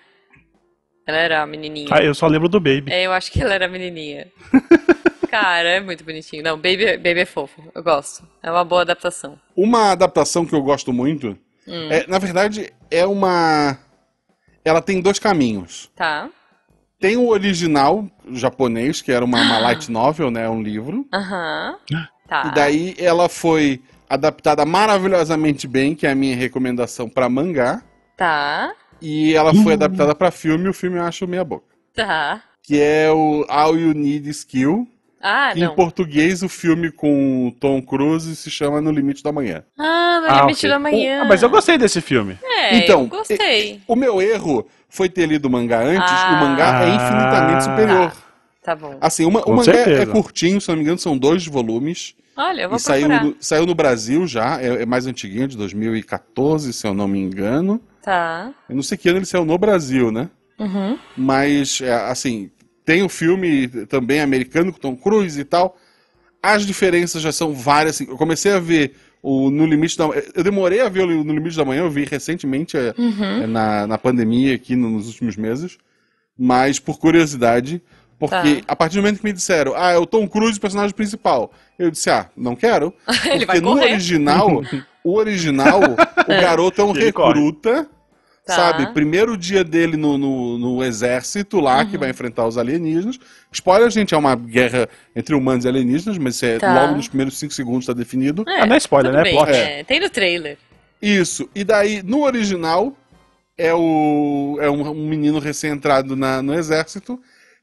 [SPEAKER 2] Ela era a menininha.
[SPEAKER 3] Ah, eu só lembro do Baby.
[SPEAKER 2] É, eu acho que ela era a menininha. cara, é muito bonitinho. Não, Baby, Baby é fofo. Eu gosto. É uma boa adaptação.
[SPEAKER 1] Uma adaptação que eu gosto muito,
[SPEAKER 2] Hum.
[SPEAKER 1] é, na verdade, é uma. Ela tem dois caminhos.
[SPEAKER 2] Tá?
[SPEAKER 1] Tem o original japonês, que era uma, uma light novel, né? Um livro.
[SPEAKER 2] Aham. Tá.
[SPEAKER 1] E daí ela foi adaptada maravilhosamente bem, que é a minha recomendação pra mangá.
[SPEAKER 2] Tá.
[SPEAKER 1] E ela foi adaptada pra filme, o filme eu acho meia boca.
[SPEAKER 2] Tá.
[SPEAKER 1] Que é o All You Need Is Skill.
[SPEAKER 2] Ah,
[SPEAKER 1] que em
[SPEAKER 2] não.
[SPEAKER 1] português o filme com o Tom Cruise se chama No Limite da Manhã.
[SPEAKER 2] Ah, no
[SPEAKER 3] Ah,
[SPEAKER 2] limite
[SPEAKER 3] ok.
[SPEAKER 2] da manhã.
[SPEAKER 3] Ah, mas eu gostei desse filme.
[SPEAKER 2] É,
[SPEAKER 1] Então,
[SPEAKER 2] eu gostei.
[SPEAKER 1] O meu erro foi ter lido o mangá antes,
[SPEAKER 2] Ah.
[SPEAKER 1] o mangá é infinitamente
[SPEAKER 3] Ah.
[SPEAKER 1] superior.
[SPEAKER 2] Tá bom.
[SPEAKER 1] Assim, uma- o
[SPEAKER 3] Com
[SPEAKER 1] mangá é
[SPEAKER 3] certeza.
[SPEAKER 1] curtinho, se não me engano, são dois volumes.
[SPEAKER 2] Olha, eu vou
[SPEAKER 1] e saiu
[SPEAKER 2] procurar.
[SPEAKER 1] no, saiu no Brasil já, é, é mais antiguinho, de 2014, se eu não me engano.
[SPEAKER 2] Tá.
[SPEAKER 1] Eu não sei que ano ele saiu no Brasil, né?
[SPEAKER 2] Uhum.
[SPEAKER 1] Mas, é, assim, tem o filme também americano com Tom Cruise e tal. As diferenças já são várias. assim. eu comecei a ver o No Limite da Eu demorei a ver o No Limite da Manhã, eu vi recentemente é,
[SPEAKER 2] Uhum.
[SPEAKER 1] é, na, na pandemia aqui no- nos últimos meses. Mas por curiosidade, porque
[SPEAKER 2] Tá.
[SPEAKER 1] a partir do momento que me disseram, ah, é o Tom Cruise o personagem principal, eu disse, ah, não quero.
[SPEAKER 2] Ele
[SPEAKER 1] Porque
[SPEAKER 2] vai
[SPEAKER 1] no
[SPEAKER 2] correr.
[SPEAKER 1] original, o original, o garoto é um
[SPEAKER 3] Ele corre.
[SPEAKER 1] recruta,
[SPEAKER 2] Tá.
[SPEAKER 1] sabe? Primeiro dia dele no, no, no exército lá,
[SPEAKER 2] Uhum.
[SPEAKER 1] que vai enfrentar os alienígenas. Spoiler, gente, é uma guerra entre humanos e alienígenas, mas isso é
[SPEAKER 2] Tá.
[SPEAKER 1] logo nos primeiros cinco segundos tá definido.
[SPEAKER 2] É,
[SPEAKER 3] Ah, não é spoiler,
[SPEAKER 2] tudo
[SPEAKER 3] né?
[SPEAKER 2] bem,
[SPEAKER 3] Plot.
[SPEAKER 2] é. Tem no trailer.
[SPEAKER 1] Isso. E daí, no original, é, o, é um, um menino recém-entrado na- no exército.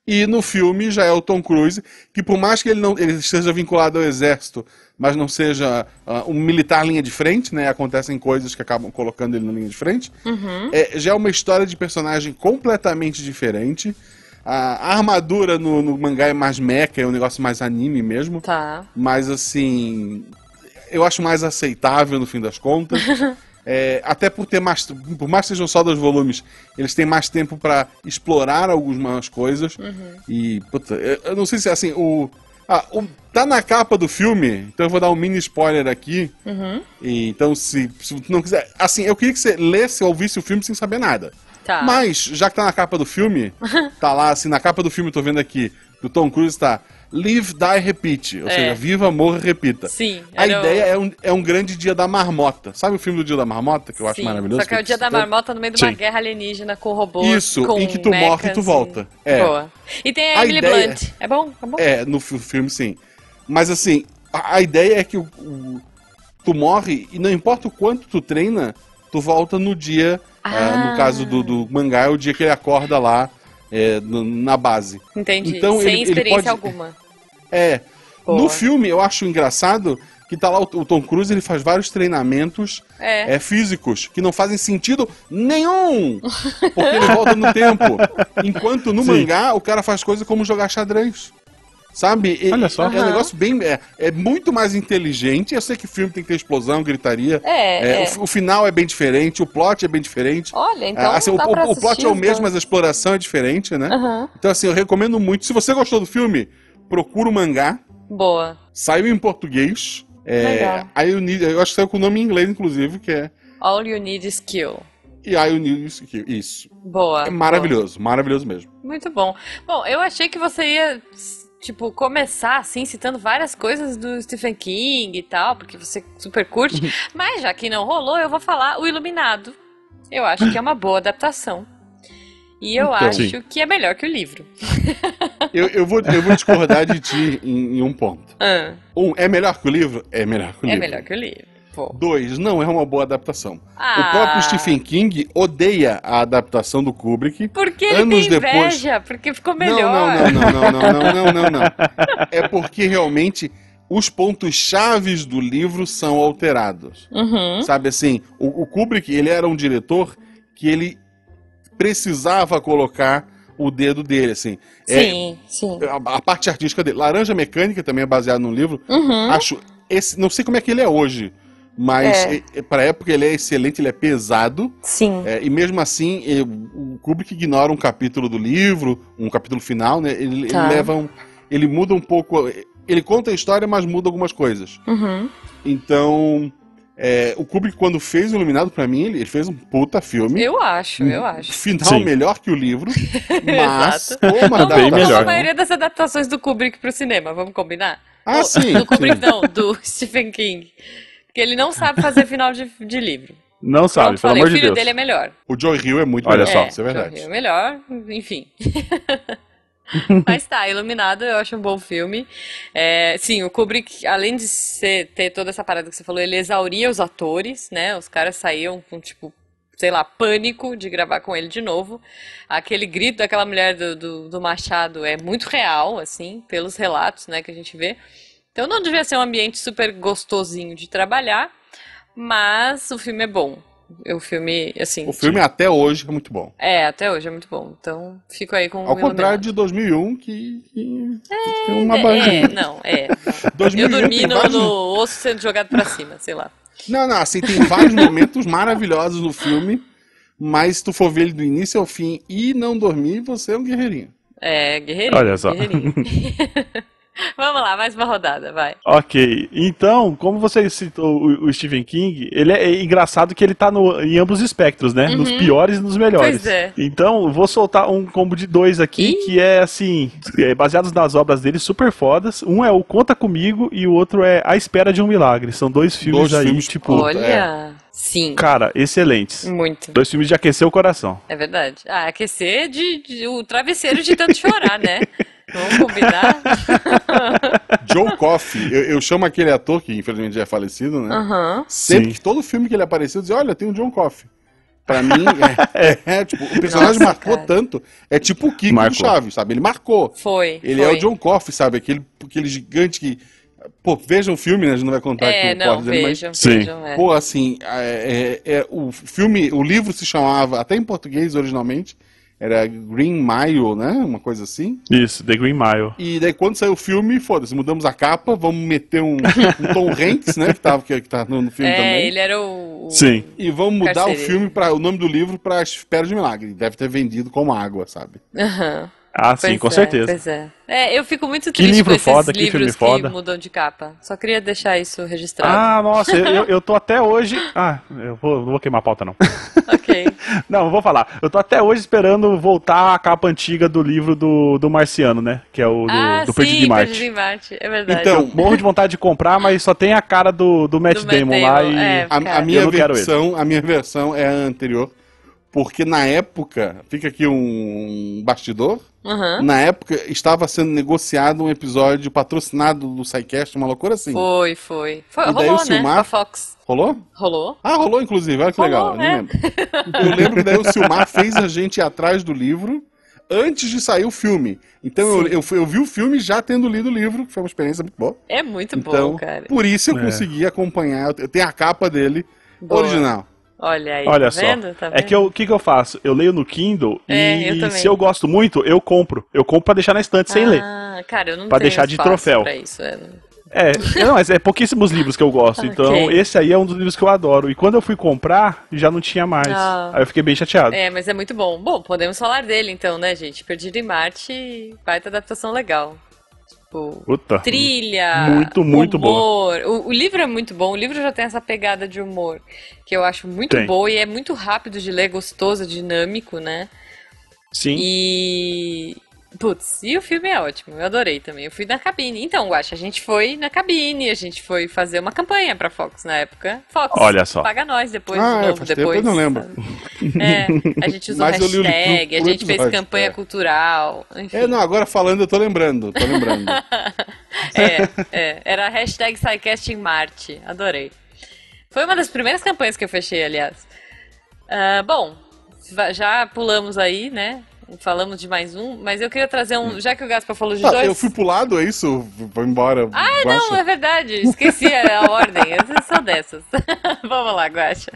[SPEAKER 1] E no filme já é o Tom Cruise, que por mais que ele não ele esteja vinculado ao exército, mas não seja ah, um militar linha de frente, né? Acontecem coisas que acabam colocando ele na linha de frente.
[SPEAKER 2] Uhum.
[SPEAKER 1] É, já é uma história de personagem completamente diferente. A, a armadura no, no mangá é mais mecha, é um negócio mais anime mesmo.
[SPEAKER 2] Tá.
[SPEAKER 1] Mas assim, eu acho mais aceitável no fim das contas. É, até por ter mais, por mais que sejam só dois volumes, eles têm mais tempo pra explorar algumas coisas. E puta, eu, eu não sei se é assim, o, ah, o- tá na capa do filme, então eu vou dar um mini spoiler aqui.
[SPEAKER 2] Uhum.
[SPEAKER 1] E, então se, se tu não quiser, assim, eu queria que você lesse ou visse o filme sem saber nada.
[SPEAKER 2] Tá.
[SPEAKER 1] Mas, já que tá na capa do filme, tá lá assim, na capa do filme, eu tô vendo aqui, do Tom Cruise tá Live, Die, Repeat. Ou
[SPEAKER 2] É.
[SPEAKER 1] seja, viva, morra, repita.
[SPEAKER 2] Sim.
[SPEAKER 1] A
[SPEAKER 2] era o-
[SPEAKER 1] ideia é um, é um grande dia da marmota. Sabe o filme do dia da marmota, que eu acho
[SPEAKER 2] Sim,
[SPEAKER 1] maravilhoso?
[SPEAKER 2] Só que é o dia da
[SPEAKER 1] Então,
[SPEAKER 2] marmota no meio de uma
[SPEAKER 3] Sim.
[SPEAKER 2] guerra alienígena com robôs.
[SPEAKER 1] Isso,
[SPEAKER 2] com
[SPEAKER 1] em que tu morre e tu
[SPEAKER 2] mechas
[SPEAKER 1] volta. É.
[SPEAKER 2] Boa. E tem a,
[SPEAKER 1] A
[SPEAKER 2] Emily
[SPEAKER 1] ideia-
[SPEAKER 2] Blunt. É bom? É bom?
[SPEAKER 1] É, no fi- filme sim. Mas assim, a, a ideia é que o, o- tu morre e não importa o quanto tu treina, tu volta no dia.
[SPEAKER 2] Ah.
[SPEAKER 1] eh, no caso do, do mangá, é o dia que ele acorda lá eh, no- na base.
[SPEAKER 2] Entendi.
[SPEAKER 1] Então,
[SPEAKER 2] Sem
[SPEAKER 1] ele- ele
[SPEAKER 2] experiência
[SPEAKER 1] pode-
[SPEAKER 2] alguma.
[SPEAKER 1] É.
[SPEAKER 2] Boa.
[SPEAKER 1] No filme, eu acho engraçado que tá lá o, o Tom Cruise, ele faz vários treinamentos
[SPEAKER 2] É.
[SPEAKER 1] é, físicos que não fazem sentido nenhum. Porque ele volta no tempo. Enquanto no
[SPEAKER 3] Sim.
[SPEAKER 1] mangá, o cara faz coisa como jogar xadrez. Sabe? E-
[SPEAKER 3] Olha só.
[SPEAKER 1] É um
[SPEAKER 2] Aham.
[SPEAKER 1] negócio bem. É, é muito mais inteligente. Eu sei que filme tem que ter explosão, gritaria.
[SPEAKER 2] É,
[SPEAKER 1] É,
[SPEAKER 2] é.
[SPEAKER 1] o fi- O, final é bem diferente, o plot é bem diferente.
[SPEAKER 2] Olha, então.
[SPEAKER 1] Ah, assim, o,
[SPEAKER 2] dá
[SPEAKER 1] o-
[SPEAKER 2] pra
[SPEAKER 1] o plot
[SPEAKER 2] assistir
[SPEAKER 1] é o
[SPEAKER 2] os
[SPEAKER 1] mesmo,
[SPEAKER 2] dois.
[SPEAKER 1] mas a exploração é diferente, né?
[SPEAKER 2] Aham.
[SPEAKER 1] Então, assim, eu recomendo muito. Se você gostou do filme, procura o mangá.
[SPEAKER 2] Boa.
[SPEAKER 1] Saiu em português. É,
[SPEAKER 2] Legal.
[SPEAKER 1] I Will Need- eu acho que saiu com o nome em inglês, inclusive, que é
[SPEAKER 2] All you need is kill.
[SPEAKER 1] e I Will Need Isso. aqui. Isso.
[SPEAKER 2] Boa.
[SPEAKER 1] É maravilhoso, maravilhoso mesmo.
[SPEAKER 2] boa. Muito bom. Bom, eu achei que você ia, tipo, começar, assim, citando várias coisas do Stephen King e tal, porque você super curte.
[SPEAKER 1] Uhum.
[SPEAKER 2] Mas já que não rolou, eu vou falar O Iluminado. Eu acho que é uma boa adaptação. E eu
[SPEAKER 1] Então.
[SPEAKER 2] acho
[SPEAKER 1] Sim.
[SPEAKER 2] que é melhor que o livro.
[SPEAKER 1] Eu, eu vou, eu vou discordar de ti em, em um ponto.
[SPEAKER 2] Ah,
[SPEAKER 1] Um, é melhor que o livro? É melhor que o
[SPEAKER 2] é
[SPEAKER 1] livro.
[SPEAKER 2] melhor que o livro. Pô.
[SPEAKER 1] Dois, não é uma boa adaptação.
[SPEAKER 2] Ah,
[SPEAKER 1] O próprio Stephen King odeia a adaptação do Kubrick.
[SPEAKER 2] Porque ele
[SPEAKER 1] anos
[SPEAKER 2] tem
[SPEAKER 1] depois-
[SPEAKER 2] inveja, porque ficou melhor.
[SPEAKER 1] Não, não, não, não, não, não, não, não, não. É porque realmente os pontos chaves do livro são alterados.
[SPEAKER 2] Uhum.
[SPEAKER 1] Sabe assim, o, o Kubrick, ele era um diretor que ele precisava colocar o dedo dele, assim. É,
[SPEAKER 2] Sim, sim.
[SPEAKER 1] a, a parte artística dele. Laranja Mecânica também é baseado num livro.
[SPEAKER 2] Uhum.
[SPEAKER 1] Acho, esse, não sei como é que ele é hoje, mas
[SPEAKER 2] É.
[SPEAKER 1] é. é- pra época ele é excelente, ele é pesado.
[SPEAKER 2] Sim.
[SPEAKER 1] É, e mesmo assim, eh, o Kubrick ignora um capítulo do livro, um capítulo final, né? Ele, ele
[SPEAKER 2] Tá.
[SPEAKER 1] leva um. Ele muda um pouco. Ele conta a história, mas muda algumas coisas.
[SPEAKER 2] Uhum.
[SPEAKER 1] Então. eh, o Kubrick, quando fez o Iluminado, pra mim, ele, ele fez um puta filme. Um
[SPEAKER 2] Eu acho, eu acho.
[SPEAKER 1] Final
[SPEAKER 3] Sim.
[SPEAKER 1] melhor que o livro, mas
[SPEAKER 2] Exato.
[SPEAKER 1] como
[SPEAKER 2] Como,
[SPEAKER 1] adaptação.
[SPEAKER 3] Bem
[SPEAKER 2] como
[SPEAKER 3] melhor,
[SPEAKER 2] a
[SPEAKER 3] né?
[SPEAKER 2] maioria das adaptações do Kubrick pro cinema, vamos combinar?
[SPEAKER 1] Ah,
[SPEAKER 2] Ou-
[SPEAKER 1] sim.
[SPEAKER 2] Do Kubrick
[SPEAKER 1] sim.
[SPEAKER 2] não, do Stephen King. Porque ele não sabe fazer final de, de livro.
[SPEAKER 3] Não sabe,
[SPEAKER 2] Pronto,
[SPEAKER 3] pelo
[SPEAKER 2] falei, o
[SPEAKER 3] amor de
[SPEAKER 2] filho
[SPEAKER 3] Deus.
[SPEAKER 2] dele é melhor.
[SPEAKER 1] O Joe Hill é muito
[SPEAKER 3] Olha
[SPEAKER 1] melhor,
[SPEAKER 3] só.
[SPEAKER 1] isso é verdade.
[SPEAKER 2] É melhor, enfim. Mas tá, Iluminado eu acho um bom filme. É, sim, o Kubrick, além de ser- ter toda essa parada que você falou, ele exauria os atores, né? Os caras saíam com, tipo, sei lá, pânico de gravar com ele de novo. Aquele grito daquela mulher do, do, do Machado é muito real, assim, pelos relatos, né, que a gente vê. Então não devia ser um ambiente super gostosinho de trabalhar, mas o filme é bom. O filme, assim,
[SPEAKER 1] O filme até hoje é muito bom.
[SPEAKER 2] é, até hoje é muito bom. Então, fico aí com o
[SPEAKER 1] Ao contrário
[SPEAKER 2] Iluminado.
[SPEAKER 1] de 2001, que, que, que tem uma
[SPEAKER 2] É,
[SPEAKER 1] bandeira.
[SPEAKER 2] não, é.
[SPEAKER 1] 2001
[SPEAKER 2] Eu dormi
[SPEAKER 1] tem
[SPEAKER 2] no,
[SPEAKER 1] vários-
[SPEAKER 2] no osso sendo jogado pra cima, sei lá.
[SPEAKER 1] Não, não, assim, tem vários momentos maravilhosos no filme, mas se tu for ver ele do início ao fim e não dormir, você é um guerreirinho.
[SPEAKER 2] É, guerreirinho.
[SPEAKER 3] Olha só.
[SPEAKER 2] guerreirinho. Vamos lá, mais uma rodada, vai.
[SPEAKER 3] Ok, então, como você citou o, o Stephen King, ele é, é engraçado que ele tá no- em ambos os espectros, né? Nos piores e nos melhores.
[SPEAKER 2] Uhum. Pois é.
[SPEAKER 3] Então, eu vou soltar um combo de dois aqui,
[SPEAKER 2] Ih.
[SPEAKER 3] que é assim, é, baseados nas obras dele, super fodas. Um é o Conta Comigo e o outro é A Espera de um Milagre. São dois filmes
[SPEAKER 1] Dois
[SPEAKER 3] aí,
[SPEAKER 1] filmes
[SPEAKER 3] tipo,
[SPEAKER 1] Puta, é.
[SPEAKER 2] Olha, sim,
[SPEAKER 3] cara, excelentes.
[SPEAKER 2] muito.
[SPEAKER 3] Dois filmes de aquecer o coração.
[SPEAKER 2] É verdade. Ah, aquecer de, de- o travesseiro de tanto chorar, né? Vamos combinar?
[SPEAKER 1] Joe Coffey, eu, eu chamo aquele ator que infelizmente já é falecido, né?
[SPEAKER 2] Aham.
[SPEAKER 1] Sempre
[SPEAKER 3] Sim.
[SPEAKER 1] que todo filme que ele apareceu, eu dizia, olha, tem um John Coffey. Pra mim, é, é, tipo, o personagem
[SPEAKER 2] Nossa,
[SPEAKER 1] marcou
[SPEAKER 2] cara.
[SPEAKER 1] tanto. É tipo o Kiko do
[SPEAKER 3] Marcou.
[SPEAKER 1] Chaves, sabe? Ele marcou.
[SPEAKER 2] Foi,
[SPEAKER 1] Ele é
[SPEAKER 2] foi.
[SPEAKER 1] o John Coffey, sabe? Aquele, aquele gigante que. Pô, vejam o filme, né? A gente não vai contar
[SPEAKER 2] É,
[SPEAKER 1] aqui o
[SPEAKER 2] não,
[SPEAKER 1] plot dele, mas
[SPEAKER 2] vejam,
[SPEAKER 3] Sim.
[SPEAKER 2] vejam, é.
[SPEAKER 1] Pô, assim, é, é- é- o filme, o livro se chamava, até em português originalmente, era Green Mile, né? Uma coisa assim.
[SPEAKER 3] Isso, The Green Mile.
[SPEAKER 1] E daí quando saiu o filme, foda-se, mudamos a capa, vamos meter um, um Tom Hanks, né? Que, tava, que, que tá no, no filme
[SPEAKER 2] É,
[SPEAKER 1] também.
[SPEAKER 2] ele era o... o-
[SPEAKER 3] Sim.
[SPEAKER 1] E vamos mudar o
[SPEAKER 2] Carcereiro.
[SPEAKER 1] filme, pra, o nome do livro pra Espera de Milagre. Deve ter vendido como água, sabe?
[SPEAKER 2] Aham.
[SPEAKER 3] Ah, sim,
[SPEAKER 2] Pois
[SPEAKER 3] com
[SPEAKER 2] é,
[SPEAKER 3] certeza.
[SPEAKER 2] Pois é. É, eu fico muito
[SPEAKER 3] Que
[SPEAKER 2] triste
[SPEAKER 3] livro
[SPEAKER 2] com esses
[SPEAKER 3] foda, que filme
[SPEAKER 2] livros que
[SPEAKER 3] foda.
[SPEAKER 2] mudam de capa. Só queria deixar isso registrado.
[SPEAKER 3] Ah, nossa, eu, eu- eu tô até hoje. Ah, eu vou, não vou queimar a pauta, não.
[SPEAKER 2] Ok.
[SPEAKER 3] Não, eu vou falar. Eu tô até hoje esperando voltar a capa antiga do livro do, do Marciano, né? Que é o do,
[SPEAKER 2] ah,
[SPEAKER 3] do
[SPEAKER 2] sim,
[SPEAKER 3] Perdido em Marte.
[SPEAKER 2] Perdido em Marte, é verdade.
[SPEAKER 1] Então,
[SPEAKER 3] Eu morro de vontade de comprar, mas só tem a cara do, do Matt
[SPEAKER 2] Do Matt
[SPEAKER 3] Damon lá
[SPEAKER 2] Damon,
[SPEAKER 3] e.
[SPEAKER 2] é.
[SPEAKER 1] A, a
[SPEAKER 2] Cara,
[SPEAKER 1] minha
[SPEAKER 3] eu não quero
[SPEAKER 1] versão, a minha versão é a anterior, porque na época, fica aqui um bastidor,
[SPEAKER 3] hum.
[SPEAKER 2] Aham.
[SPEAKER 1] Na época, estava sendo negociado um episódio patrocinado do SciCast, uma loucura assim.
[SPEAKER 2] Foi, foi. Foi,
[SPEAKER 1] E daí
[SPEAKER 2] rolou,
[SPEAKER 1] o Silmar-
[SPEAKER 2] né? Com a Fox.
[SPEAKER 1] Rolou?
[SPEAKER 2] Rolou?
[SPEAKER 1] Ah, rolou inclusive, olha que
[SPEAKER 2] Rolou,
[SPEAKER 1] legal, eu nem
[SPEAKER 2] é.
[SPEAKER 1] lembro. Eu lembro que daí o Silmar fez a gente ir atrás do livro, antes de sair o filme. Então eu, eu, fui- eu vi o filme já tendo lido o livro, que foi uma experiência muito boa.
[SPEAKER 2] É muito
[SPEAKER 1] então,
[SPEAKER 2] bom, cara.
[SPEAKER 1] por isso eu
[SPEAKER 3] É.
[SPEAKER 1] consegui acompanhar. Eu tenho a capa dele,
[SPEAKER 2] Boa.
[SPEAKER 1] original.
[SPEAKER 2] Olha aí.
[SPEAKER 3] Olha
[SPEAKER 2] tá
[SPEAKER 3] só.
[SPEAKER 2] Vendo? Tá
[SPEAKER 3] É
[SPEAKER 2] vendo?
[SPEAKER 3] que eu- o que, que eu faço? Eu leio no Kindle
[SPEAKER 2] É, eu
[SPEAKER 3] e
[SPEAKER 2] também.
[SPEAKER 3] se eu gosto muito, eu compro. Eu compro pra deixar na estante sem ler.
[SPEAKER 2] Ah, cara, eu não
[SPEAKER 3] Pra
[SPEAKER 2] tenho
[SPEAKER 3] deixar de
[SPEAKER 2] espaço
[SPEAKER 3] troféu.
[SPEAKER 2] pra isso, é.
[SPEAKER 3] É, não, mas é pouquíssimos livros que eu gosto. Então,
[SPEAKER 2] Ok.
[SPEAKER 3] esse aí é um dos livros que eu adoro. E quando eu fui comprar, já não tinha mais.
[SPEAKER 2] Ah.
[SPEAKER 3] Aí eu fiquei bem chateado.
[SPEAKER 2] É, mas é muito bom. Bom, podemos falar dele então, né, gente? Perdido em Marte, baita adaptação legal. Tipo,
[SPEAKER 3] Puta.
[SPEAKER 2] trilha,
[SPEAKER 3] Muito, muito
[SPEAKER 2] humor. O, o livro é muito bom. O livro já tem essa pegada de humor que eu acho muito
[SPEAKER 3] Tem.
[SPEAKER 2] boa e é muito rápido de ler, gostoso, dinâmico, né?
[SPEAKER 3] Sim.
[SPEAKER 2] E. Putz, e o filme é ótimo, eu adorei também. Eu fui na cabine. Então, Guaxa, a gente foi na cabine, a gente foi fazer uma campanha pra Fox na época. Fox,
[SPEAKER 3] Olha só.
[SPEAKER 2] paga nós depois,
[SPEAKER 1] Ah,
[SPEAKER 2] de
[SPEAKER 1] é,
[SPEAKER 2] novo,
[SPEAKER 1] faz tempo,
[SPEAKER 2] depois.
[SPEAKER 1] eu não lembro.
[SPEAKER 2] sabe? É, a gente usou
[SPEAKER 1] Mas eu li o livro
[SPEAKER 2] hashtag, a
[SPEAKER 1] por
[SPEAKER 2] gente fez
[SPEAKER 1] episódio,
[SPEAKER 2] campanha
[SPEAKER 1] é.
[SPEAKER 2] cultural, enfim.
[SPEAKER 1] É, não, agora falando, eu tô lembrando, tô lembrando. Tá,
[SPEAKER 2] É, é, era a hashtag SciCast em Marte. Adorei. Foi uma das primeiras campanhas que eu fechei, aliás. Ah, bom, va- já pulamos aí, né? Falamos de mais um, mas eu queria trazer um. Já que o Gaspar falou de
[SPEAKER 1] Ah,
[SPEAKER 2] dois.
[SPEAKER 1] eu fui pro lado, é isso? Vou embora.
[SPEAKER 2] Ah, não, é verdade. Esqueci a a ordem. Eu sou dessas. Vamos lá, Guacha.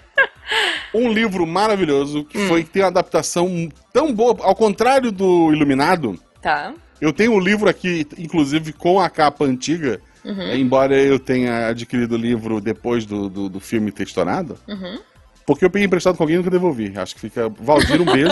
[SPEAKER 1] um livro maravilhoso
[SPEAKER 2] Hum.
[SPEAKER 1] que foi que tem uma adaptação tão boa, ao contrário do Iluminado.
[SPEAKER 2] Tá.
[SPEAKER 1] Eu tenho o livro aqui, inclusive com a capa antiga,
[SPEAKER 2] Uhum.
[SPEAKER 1] é, embora eu tenha adquirido o livro depois do, do, do filme textonado,
[SPEAKER 2] Uhum.
[SPEAKER 1] porque eu peguei emprestado com alguém e nunca devolvi. Acho que fica. Valdir, um beijo.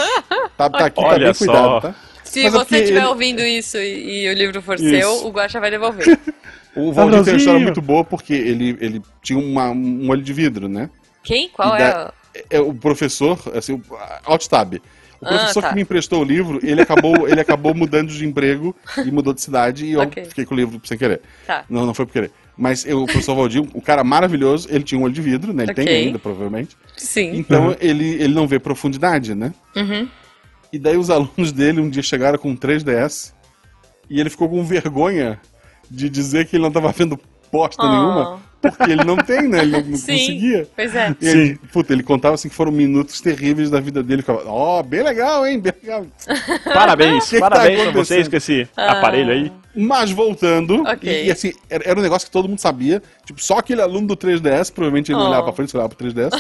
[SPEAKER 1] Tá, tá aqui,
[SPEAKER 3] Olha
[SPEAKER 1] tá bem
[SPEAKER 3] só.
[SPEAKER 1] cuidado, tá?
[SPEAKER 2] Se
[SPEAKER 1] Mas é
[SPEAKER 2] você
[SPEAKER 1] porque
[SPEAKER 2] estiver
[SPEAKER 1] ele-
[SPEAKER 2] ouvindo isso e, e o livro for
[SPEAKER 1] Isso.
[SPEAKER 2] seu, o Guacha vai devolver. Tá
[SPEAKER 1] O Valdir tem uma
[SPEAKER 3] Padrãozinho.
[SPEAKER 1] história muito boa porque ele, ele tinha uma- um olho de vidro, né?
[SPEAKER 2] Quem? Qual
[SPEAKER 1] E
[SPEAKER 2] é?
[SPEAKER 1] da-
[SPEAKER 2] o-
[SPEAKER 1] é o professor, assim, o- alt tab. O
[SPEAKER 2] Ah,
[SPEAKER 1] professor
[SPEAKER 2] tá.
[SPEAKER 1] que me emprestou o livro, ele acabou, ele acabou mudando de emprego e mudou de cidade e eu
[SPEAKER 2] Ok.
[SPEAKER 1] fiquei com o livro sem querer.
[SPEAKER 2] Tá.
[SPEAKER 1] Não, não foi por querer. Mas eu, o professor Valdir, um cara maravilhoso, ele tinha um olho de vidro, né? Ele
[SPEAKER 2] Ok.
[SPEAKER 1] tem ainda, provavelmente.
[SPEAKER 2] Sim.
[SPEAKER 1] Então ele, ele não vê profundidade, né?
[SPEAKER 2] Uhum.
[SPEAKER 1] E daí os alunos dele um dia chegaram com um 3DS e ele ficou com vergonha de dizer que ele não tava vendo bosta
[SPEAKER 2] Oh.
[SPEAKER 1] nenhuma, porque ele não tem, né? Ele não, não
[SPEAKER 2] Sim.
[SPEAKER 1] conseguia.
[SPEAKER 2] Pois é.
[SPEAKER 1] E ele, puta, ele contava assim que foram minutos terríveis da vida dele. Ficava, ó, bem legal, hein? Bem legal.
[SPEAKER 3] Parabéns,
[SPEAKER 1] Que que tá
[SPEAKER 3] parabéns pra
[SPEAKER 1] acontecendo?
[SPEAKER 3] vocês com esse
[SPEAKER 2] Ah.
[SPEAKER 3] aparelho aí.
[SPEAKER 1] Mas voltando,
[SPEAKER 2] Ok.
[SPEAKER 1] e, e assim, era, era um negócio que todo mundo sabia. Tipo, só aquele aluno do 3DS, provavelmente ele não
[SPEAKER 2] Oh.
[SPEAKER 1] olhava pra frente, olhava pro 3DS,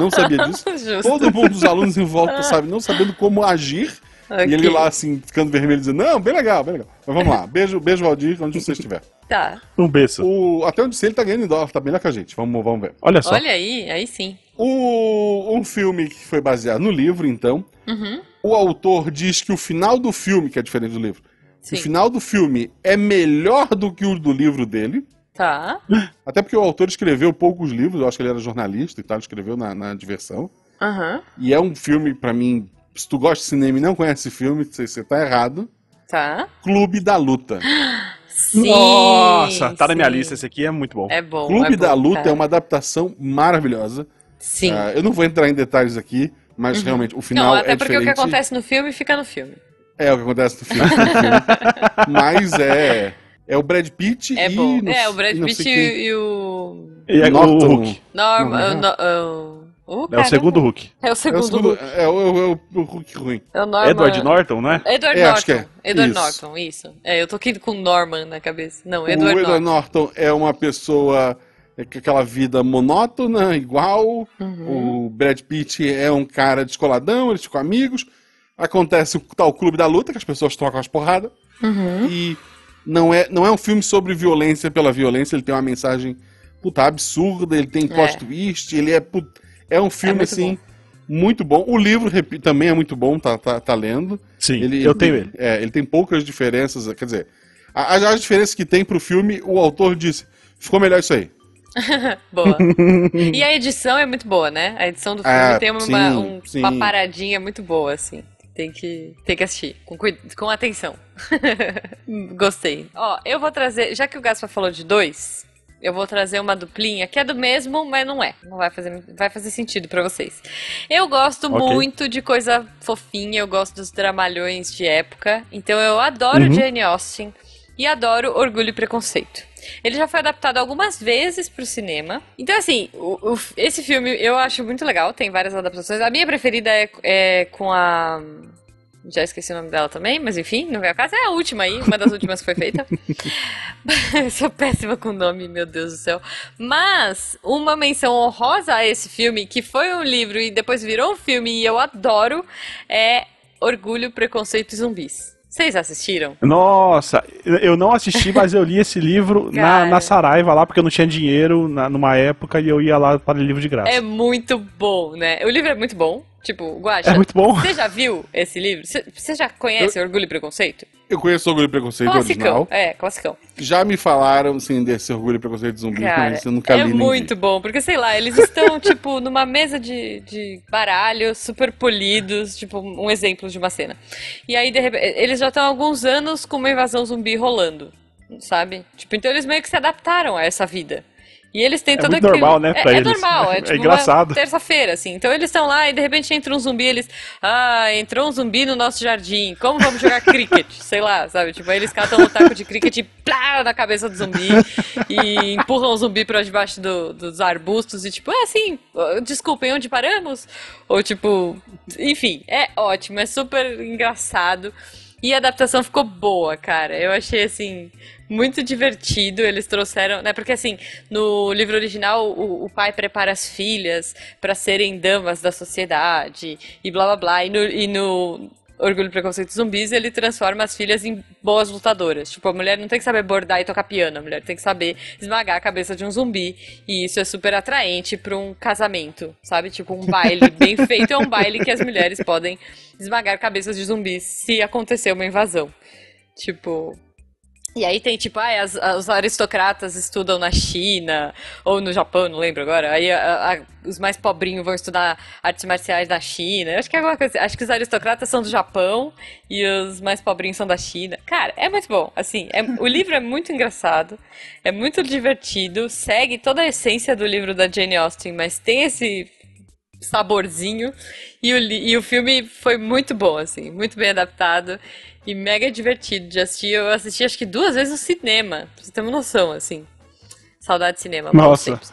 [SPEAKER 1] não sabia disso.
[SPEAKER 2] Justo.
[SPEAKER 1] Todo mundo dos alunos em volta, sabe, não sabendo como agir.
[SPEAKER 2] Ah. Ok.
[SPEAKER 1] E ele lá, assim, ficando vermelho, dizendo, não, bem legal, bem legal. Mas vamos lá, beijo, beijo, Valdir, onde você estiver.
[SPEAKER 2] Tá.
[SPEAKER 3] Um beijo.
[SPEAKER 1] O, até onde sei, ele tá ganhando em dólar, tá melhor que a gente. Vamos, vamos ver.
[SPEAKER 3] Olha só.
[SPEAKER 2] Olha aí, aí sim.
[SPEAKER 1] O, um filme que foi baseado no livro, então.
[SPEAKER 2] Uhum.
[SPEAKER 1] O autor diz que o final do filme, que é diferente do livro,
[SPEAKER 2] Sim.
[SPEAKER 1] o final do filme é melhor do que o do livro dele.
[SPEAKER 2] Tá.
[SPEAKER 1] Até porque o autor escreveu poucos livros, eu acho que ele era jornalista e tal, ele escreveu na, na diversão.
[SPEAKER 2] Aham.
[SPEAKER 1] E é um filme, pra mim, se tu gosta de cinema e não conhece esse filme, você, você tá errado.
[SPEAKER 2] Tá.
[SPEAKER 1] Clube da Luta.
[SPEAKER 2] Sim.
[SPEAKER 3] Nossa, tá na minha
[SPEAKER 2] sim.
[SPEAKER 3] lista. Esse aqui é muito bom.
[SPEAKER 2] É bom.
[SPEAKER 1] Clube
[SPEAKER 2] é bom,
[SPEAKER 1] da Luta
[SPEAKER 2] cara.
[SPEAKER 1] é uma adaptação maravilhosa.
[SPEAKER 2] Sim. Uhum.
[SPEAKER 1] Ah, eu não vou entrar em detalhes aqui, mas realmente o final
[SPEAKER 2] não, até
[SPEAKER 1] é
[SPEAKER 2] porque
[SPEAKER 1] diferente.
[SPEAKER 2] o que acontece no filme fica no filme.
[SPEAKER 1] É o que acontece no filme. no filme. Mas é. É o Brad Pitt
[SPEAKER 2] É
[SPEAKER 1] e.
[SPEAKER 2] bom.
[SPEAKER 1] não-
[SPEAKER 2] é, o Brad
[SPEAKER 1] e não
[SPEAKER 2] Pitt
[SPEAKER 1] sei quem.
[SPEAKER 2] e, o.
[SPEAKER 3] E é o
[SPEAKER 1] Norton.
[SPEAKER 3] Hulk.
[SPEAKER 2] Norma.
[SPEAKER 1] Não,
[SPEAKER 2] o no- o- o
[SPEAKER 3] É o
[SPEAKER 2] cara-
[SPEAKER 3] segundo Hulk.
[SPEAKER 2] É o
[SPEAKER 1] É o
[SPEAKER 2] segundo.
[SPEAKER 1] segundo.
[SPEAKER 2] Hulk.
[SPEAKER 1] É o, é o- é o Hulk ruim.
[SPEAKER 2] É o Norman.
[SPEAKER 3] Edward Norton, né?
[SPEAKER 2] Edward
[SPEAKER 1] É,
[SPEAKER 2] Norton.
[SPEAKER 1] acho que é.
[SPEAKER 2] Edward
[SPEAKER 1] Isso.
[SPEAKER 2] Norton, isso. É, eu tô aqui com Norman na cabeça. Não,
[SPEAKER 1] o
[SPEAKER 2] Edward,
[SPEAKER 1] Edward
[SPEAKER 2] Norton.
[SPEAKER 1] Norton. é uma pessoa é, com aquela vida monótona, igual. O Brad Pitt é um cara descoladão, eles ficam amigos. Acontece o tal clube da luta, que as pessoas trocam as porradas.
[SPEAKER 2] Uhum.
[SPEAKER 1] E não é, não é um filme sobre violência pela violência, ele tem uma mensagem puta absurda, ele tem plot twist, ele é put... é um filme
[SPEAKER 2] muito
[SPEAKER 1] assim muito bom. O livro repi- também é muito bom, tá tá, tá lendo.
[SPEAKER 3] Sim,
[SPEAKER 1] Ele-
[SPEAKER 3] eu tenho ele.
[SPEAKER 1] É, ele tem poucas diferenças, quer dizer, a- as, as diferenças que tem pro filme, o autor disse, ficou melhor isso aí.
[SPEAKER 2] Boa. e a edição é muito boa, né? A edição do filme
[SPEAKER 1] Ah,
[SPEAKER 2] tem uma,
[SPEAKER 1] sim,
[SPEAKER 2] um-
[SPEAKER 1] sim.
[SPEAKER 2] uma paradinha muito boa, assim. Tem que, tem que assistir com, cuida- com atenção. Gostei. Ó, eu vou trazer, já que o Gaspar falou de dois, eu vou trazer uma duplinha que é do mesmo, mas não é. Não vai fazer, vai fazer sentido pra vocês. Eu gosto
[SPEAKER 3] Ok.
[SPEAKER 2] muito de coisa fofinha, eu gosto dos dramalhões de época. Então eu adoro Jane Austen e adoro Orgulho e Preconceito. Ele já foi adaptado algumas vezes pro cinema. Então, assim, o- o- esse filme eu acho muito legal, tem várias adaptações. A minha preferida é, é com a. já esqueci o nome dela também, mas enfim, não veio a casa. É a última aí, uma das últimas que foi feita. Eu Sou péssima com nome, meu Deus do céu. Mas uma menção honrosa a esse filme, que foi um livro e depois virou um filme e eu adoro, é Orgulho, Preconceito e Zumbis. Vocês assistiram?
[SPEAKER 3] Nossa, eu não assisti, mas eu li esse livro na,
[SPEAKER 2] Cara.
[SPEAKER 3] na Saraiva lá, porque eu não tinha dinheiro na- numa época e eu ia lá para o livro de graça.
[SPEAKER 2] É muito bom, né? O livro é muito bom. Tipo, Guaxa,
[SPEAKER 3] É muito bom.
[SPEAKER 2] você já viu esse livro? Você- Você já conhece Orgulho e Preconceito?
[SPEAKER 1] Eu conheço Orgulho e Preconceito
[SPEAKER 2] Classicão.
[SPEAKER 1] original.
[SPEAKER 2] É, classicão.
[SPEAKER 1] Já me falaram, assim, desse Orgulho e Preconceito de Zumbi,
[SPEAKER 2] Cara,
[SPEAKER 1] mas eu nunca
[SPEAKER 2] é
[SPEAKER 1] li nem
[SPEAKER 2] muito
[SPEAKER 1] vi.
[SPEAKER 2] bom, porque sei lá, eles estão, tipo, numa mesa de, de baralho, super polidos, tipo, um exemplo de uma cena. E aí, de repente, eles já estão há alguns anos com uma invasão zumbi rolando, sabe? Tipo, então eles meio que se adaptaram a essa vida. E eles têm
[SPEAKER 3] É
[SPEAKER 2] todo
[SPEAKER 3] muito
[SPEAKER 2] aquele...
[SPEAKER 3] normal, né,
[SPEAKER 2] É,
[SPEAKER 3] pra
[SPEAKER 2] é
[SPEAKER 3] eles.
[SPEAKER 2] normal, é,
[SPEAKER 3] É
[SPEAKER 2] tipo uma
[SPEAKER 3] engraçado.
[SPEAKER 2] terça-feira, assim. Então eles estão lá e de repente entra um zumbi, eles... Ah, entrou um zumbi no nosso jardim, como vamos jogar cricket? Sei lá, sabe? Tipo, aí eles catam um taco de cricket e plá, na cabeça do zumbi e empurram o zumbi pra debaixo do- dos arbustos e tipo, é assim, ah, desculpem, onde paramos? Ou tipo, enfim, é ótimo, é super engraçado. E a adaptação ficou boa, cara. Eu achei assim muito divertido. Eles trouxeram, né? Porque assim, no livro original o, o pai prepara as filhas pra serem damas da sociedade e blá blá blá. E no, e no Orgulho, Preconceito e Zumbis ele transforma as filhas em boas lutadoras. Tipo, a mulher não tem que saber bordar e tocar piano, a mulher tem que saber esmagar a cabeça de um zumbi. E isso é super atraente pra um casamento, sabe? Tipo, um baile bem feito é um baile que as mulheres podem esmagar cabeças de zumbis se acontecer uma invasão. Tipo, e aí tem tipo, ah, as- as- os aristocratas estudam na China ou no Japão, não lembro agora. Aí a- a- os mais pobrinhos vão estudar artes marciais na China. Eu Acho que é alguma coisa. assim. Acho que os aristocratas são do Japão e os mais pobrinhos são da China. Cara, é muito bom. Assim, é- o livro é muito engraçado, é muito divertido, segue toda a essência do livro da Jane Austen, mas tem esse saborzinho. E o, li- e o filme foi muito bom, assim, muito bem adaptado e mega divertido de assistir. Eu assisti acho que duas vezes no cinema, pra você ter uma noção, assim. Saudade de cinema. bons
[SPEAKER 3] Nossa.
[SPEAKER 2] tempos.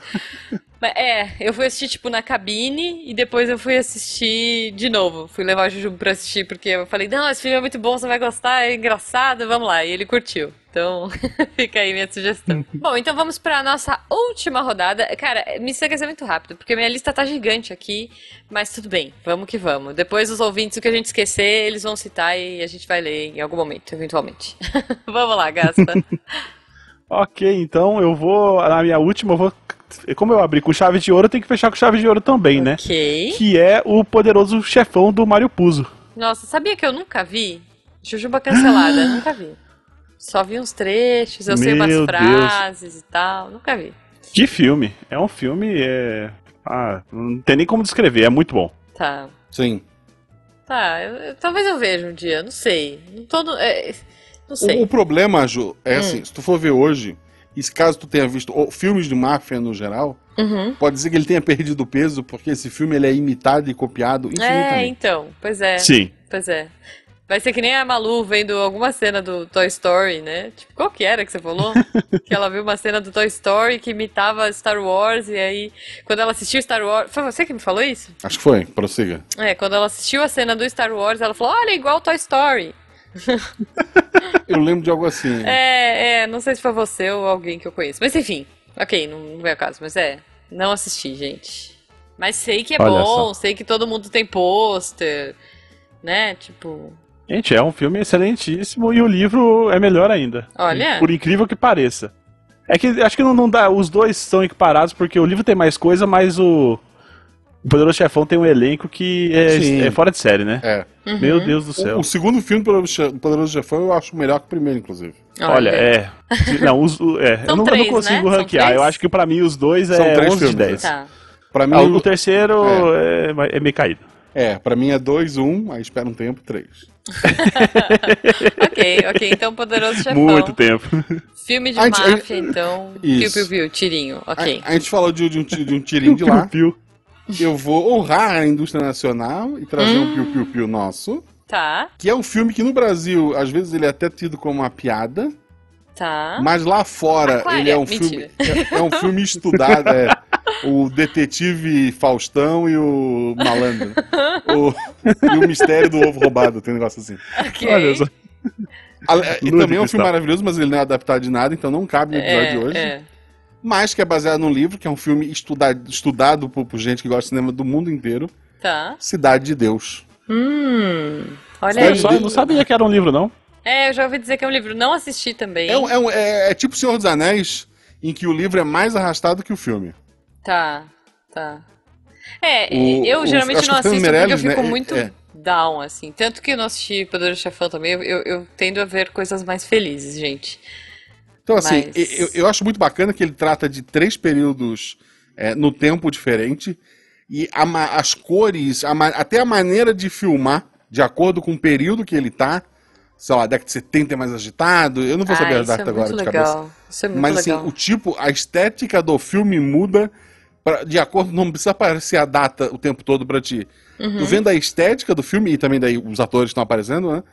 [SPEAKER 2] Mas, é, eu fui assistir, tipo, na cabine e depois eu fui assistir de novo. Fui levar o Jujubo pra assistir, porque eu falei, não, esse filme é muito bom, você vai gostar, é engraçado, vamos lá. E ele curtiu. Então, fica aí minha sugestão. bom, então vamos pra nossa última rodada. Cara, me segue ser muito rápido, porque minha lista tá gigante aqui, mas tudo bem, vamos que vamos. Depois os ouvintes, o que a gente esquecer, eles vão citar e a gente vai ler em algum momento, eventualmente. vamos lá, gasta.
[SPEAKER 3] Ok, então eu vou. Na minha última, eu vou. Como eu abri com chave de ouro, eu tenho que fechar com chave de ouro também, né?
[SPEAKER 2] ok.
[SPEAKER 3] Que é o poderoso chefão do Mario Puzo.
[SPEAKER 2] Nossa, sabia que eu nunca vi? Jujuba cancelada, nunca vi. Só vi uns trechos, eu sei
[SPEAKER 3] Meu
[SPEAKER 2] umas
[SPEAKER 3] Deus.
[SPEAKER 2] frases e tal, nunca vi.
[SPEAKER 3] Que filme! É um filme. É... Ah, não tem nem como descrever, é muito bom.
[SPEAKER 2] Tá.
[SPEAKER 1] Sim.
[SPEAKER 2] Tá, eu- eu- talvez eu veja um dia, não sei. Não tô no- é, não
[SPEAKER 1] O,
[SPEAKER 2] sei. Hum.
[SPEAKER 1] o problema, Ju, é assim, se tu for ver hoje, e se caso tu tenha visto ou, filmes de máfia no geral,
[SPEAKER 2] Uhum.
[SPEAKER 1] pode dizer que ele tenha perdido peso, porque esse filme ele é imitado e copiado
[SPEAKER 2] É,
[SPEAKER 1] infinitamente.
[SPEAKER 2] então, pois é,
[SPEAKER 3] Sim.
[SPEAKER 2] pois é. Vai ser que nem a Malu vendo alguma cena do Toy Story, né? Tipo, qual que era que você falou? que ela viu uma cena do Toy Story que imitava Star Wars, e aí, quando ela assistiu Star Wars. Foi você que me falou isso?
[SPEAKER 1] Acho que foi, prossiga.
[SPEAKER 2] É, quando ela assistiu a cena do Star Wars, ela falou: olha, igual Toy Story.
[SPEAKER 1] Eu lembro de algo assim.
[SPEAKER 3] Hum.
[SPEAKER 2] É, é, não sei se foi você ou alguém que eu conheço. Mas enfim, ok, não, não é o caso, mas é. Não assisti, gente. Mas sei que é
[SPEAKER 3] Olha
[SPEAKER 2] bom, sei que todo mundo tem pôster, né? Tipo,
[SPEAKER 3] Gente, é um filme excelentíssimo e o livro é melhor ainda.
[SPEAKER 2] Olha.
[SPEAKER 3] Por incrível que pareça. É que acho que não, não dá. Os dois são equiparados porque o livro tem mais coisa, mas o. O Poderoso Chefão tem um elenco que
[SPEAKER 1] Sim.
[SPEAKER 3] é, é fora de série, né?
[SPEAKER 1] É.
[SPEAKER 2] uhum.
[SPEAKER 3] Meu Deus do
[SPEAKER 1] O,
[SPEAKER 3] céu.
[SPEAKER 1] o segundo filme do Poderoso Che- Poderoso Chefão eu acho melhor que o primeiro, inclusive.
[SPEAKER 3] Olha, é. Não, os, o- é.
[SPEAKER 2] São
[SPEAKER 3] Eu não, eu não
[SPEAKER 2] três, né?
[SPEAKER 3] consigo
[SPEAKER 2] São
[SPEAKER 3] ranquear.
[SPEAKER 2] três?
[SPEAKER 3] Eu acho que pra mim os dois
[SPEAKER 1] São
[SPEAKER 3] é
[SPEAKER 1] três
[SPEAKER 3] 11 de
[SPEAKER 1] filmes,
[SPEAKER 3] 10.
[SPEAKER 2] Tá.
[SPEAKER 1] Pra mim,
[SPEAKER 3] Ah, o terceiro é, é meio caído.
[SPEAKER 1] é, pra mim é 2, 1, um, aí espera um tempo, 3.
[SPEAKER 2] Ok, ok, então Poderoso Chefão.
[SPEAKER 3] Muito tempo.
[SPEAKER 2] Filme de
[SPEAKER 1] Ah, gente,
[SPEAKER 2] máfia, então. Piu,
[SPEAKER 1] Isso.
[SPEAKER 2] piu, piu, tirinho. Ok.
[SPEAKER 1] A, a gente falou de, de um, ti- de um tirinho de lá.
[SPEAKER 3] Piu-piu.
[SPEAKER 1] Eu vou honrar a indústria nacional e trazer
[SPEAKER 2] Hum.
[SPEAKER 1] um piu-piu-piu nosso.
[SPEAKER 2] Tá,
[SPEAKER 1] Que é um filme que no Brasil, às vezes, ele é até tido como uma piada,
[SPEAKER 2] tá.
[SPEAKER 1] mas lá fora
[SPEAKER 2] Aquária,
[SPEAKER 1] ele é um
[SPEAKER 2] mentira.
[SPEAKER 1] filme. É, é um filme estudado. é. o detetive Faustão e o malandro. o, e o mistério do ovo roubado, tem um negócio assim.
[SPEAKER 2] Ok.
[SPEAKER 3] Olha só.
[SPEAKER 1] A- E também é
[SPEAKER 3] Lua de
[SPEAKER 1] um
[SPEAKER 3] Cristal.
[SPEAKER 1] filme maravilhoso, mas ele não é adaptado de nada, então não cabe no episódio de hoje.
[SPEAKER 2] é.
[SPEAKER 1] Mas que é baseado num livro, que é um filme estudado, estudado por, por gente que gosta de cinema do mundo inteiro.
[SPEAKER 2] Tá. Cidade
[SPEAKER 1] Cidade de Deus.
[SPEAKER 2] Hum. Olha
[SPEAKER 3] Eu
[SPEAKER 2] aí.
[SPEAKER 3] só não sabia que era um livro, não.
[SPEAKER 2] É, eu já ouvi dizer que é um livro. Não assisti também.
[SPEAKER 1] É, um- é um- é- é tipo O Senhor dos Anéis, em que o livro é mais arrastado que o filme.
[SPEAKER 2] Tá, tá. É,
[SPEAKER 1] O-
[SPEAKER 2] eu
[SPEAKER 1] o-
[SPEAKER 2] geralmente
[SPEAKER 1] acho
[SPEAKER 2] não
[SPEAKER 1] que o Fernando
[SPEAKER 2] assisto porque eu
[SPEAKER 1] Meirelles,
[SPEAKER 2] fico
[SPEAKER 1] né,
[SPEAKER 2] muito
[SPEAKER 1] é.
[SPEAKER 2] down, assim. Tanto que eu não assisti Poder do Chefão também, eu, eu, eu tendo a ver coisas mais felizes, gente.
[SPEAKER 1] Então, assim,
[SPEAKER 2] Mas-
[SPEAKER 1] e- eu, eu acho muito bacana que ele trata de três períodos é, no tempo diferente. E a ma- as cores, a ma- até a maneira de filmar, de acordo com o período que ele tá. Sei lá, década de 70 é mais agitado. Eu não vou saber
[SPEAKER 2] ah,
[SPEAKER 1] a
[SPEAKER 2] isso é
[SPEAKER 1] data agora
[SPEAKER 2] muito
[SPEAKER 1] de cabeça.
[SPEAKER 2] legal. Isso é muito
[SPEAKER 1] Mas assim,
[SPEAKER 2] legal.
[SPEAKER 1] o tipo, a estética do filme muda pra- de acordo, não precisa aparecer a data o tempo todo pra ti.
[SPEAKER 2] Uhum.
[SPEAKER 1] Tu vendo a estética do filme e também daí os atores que estão aparecendo, né?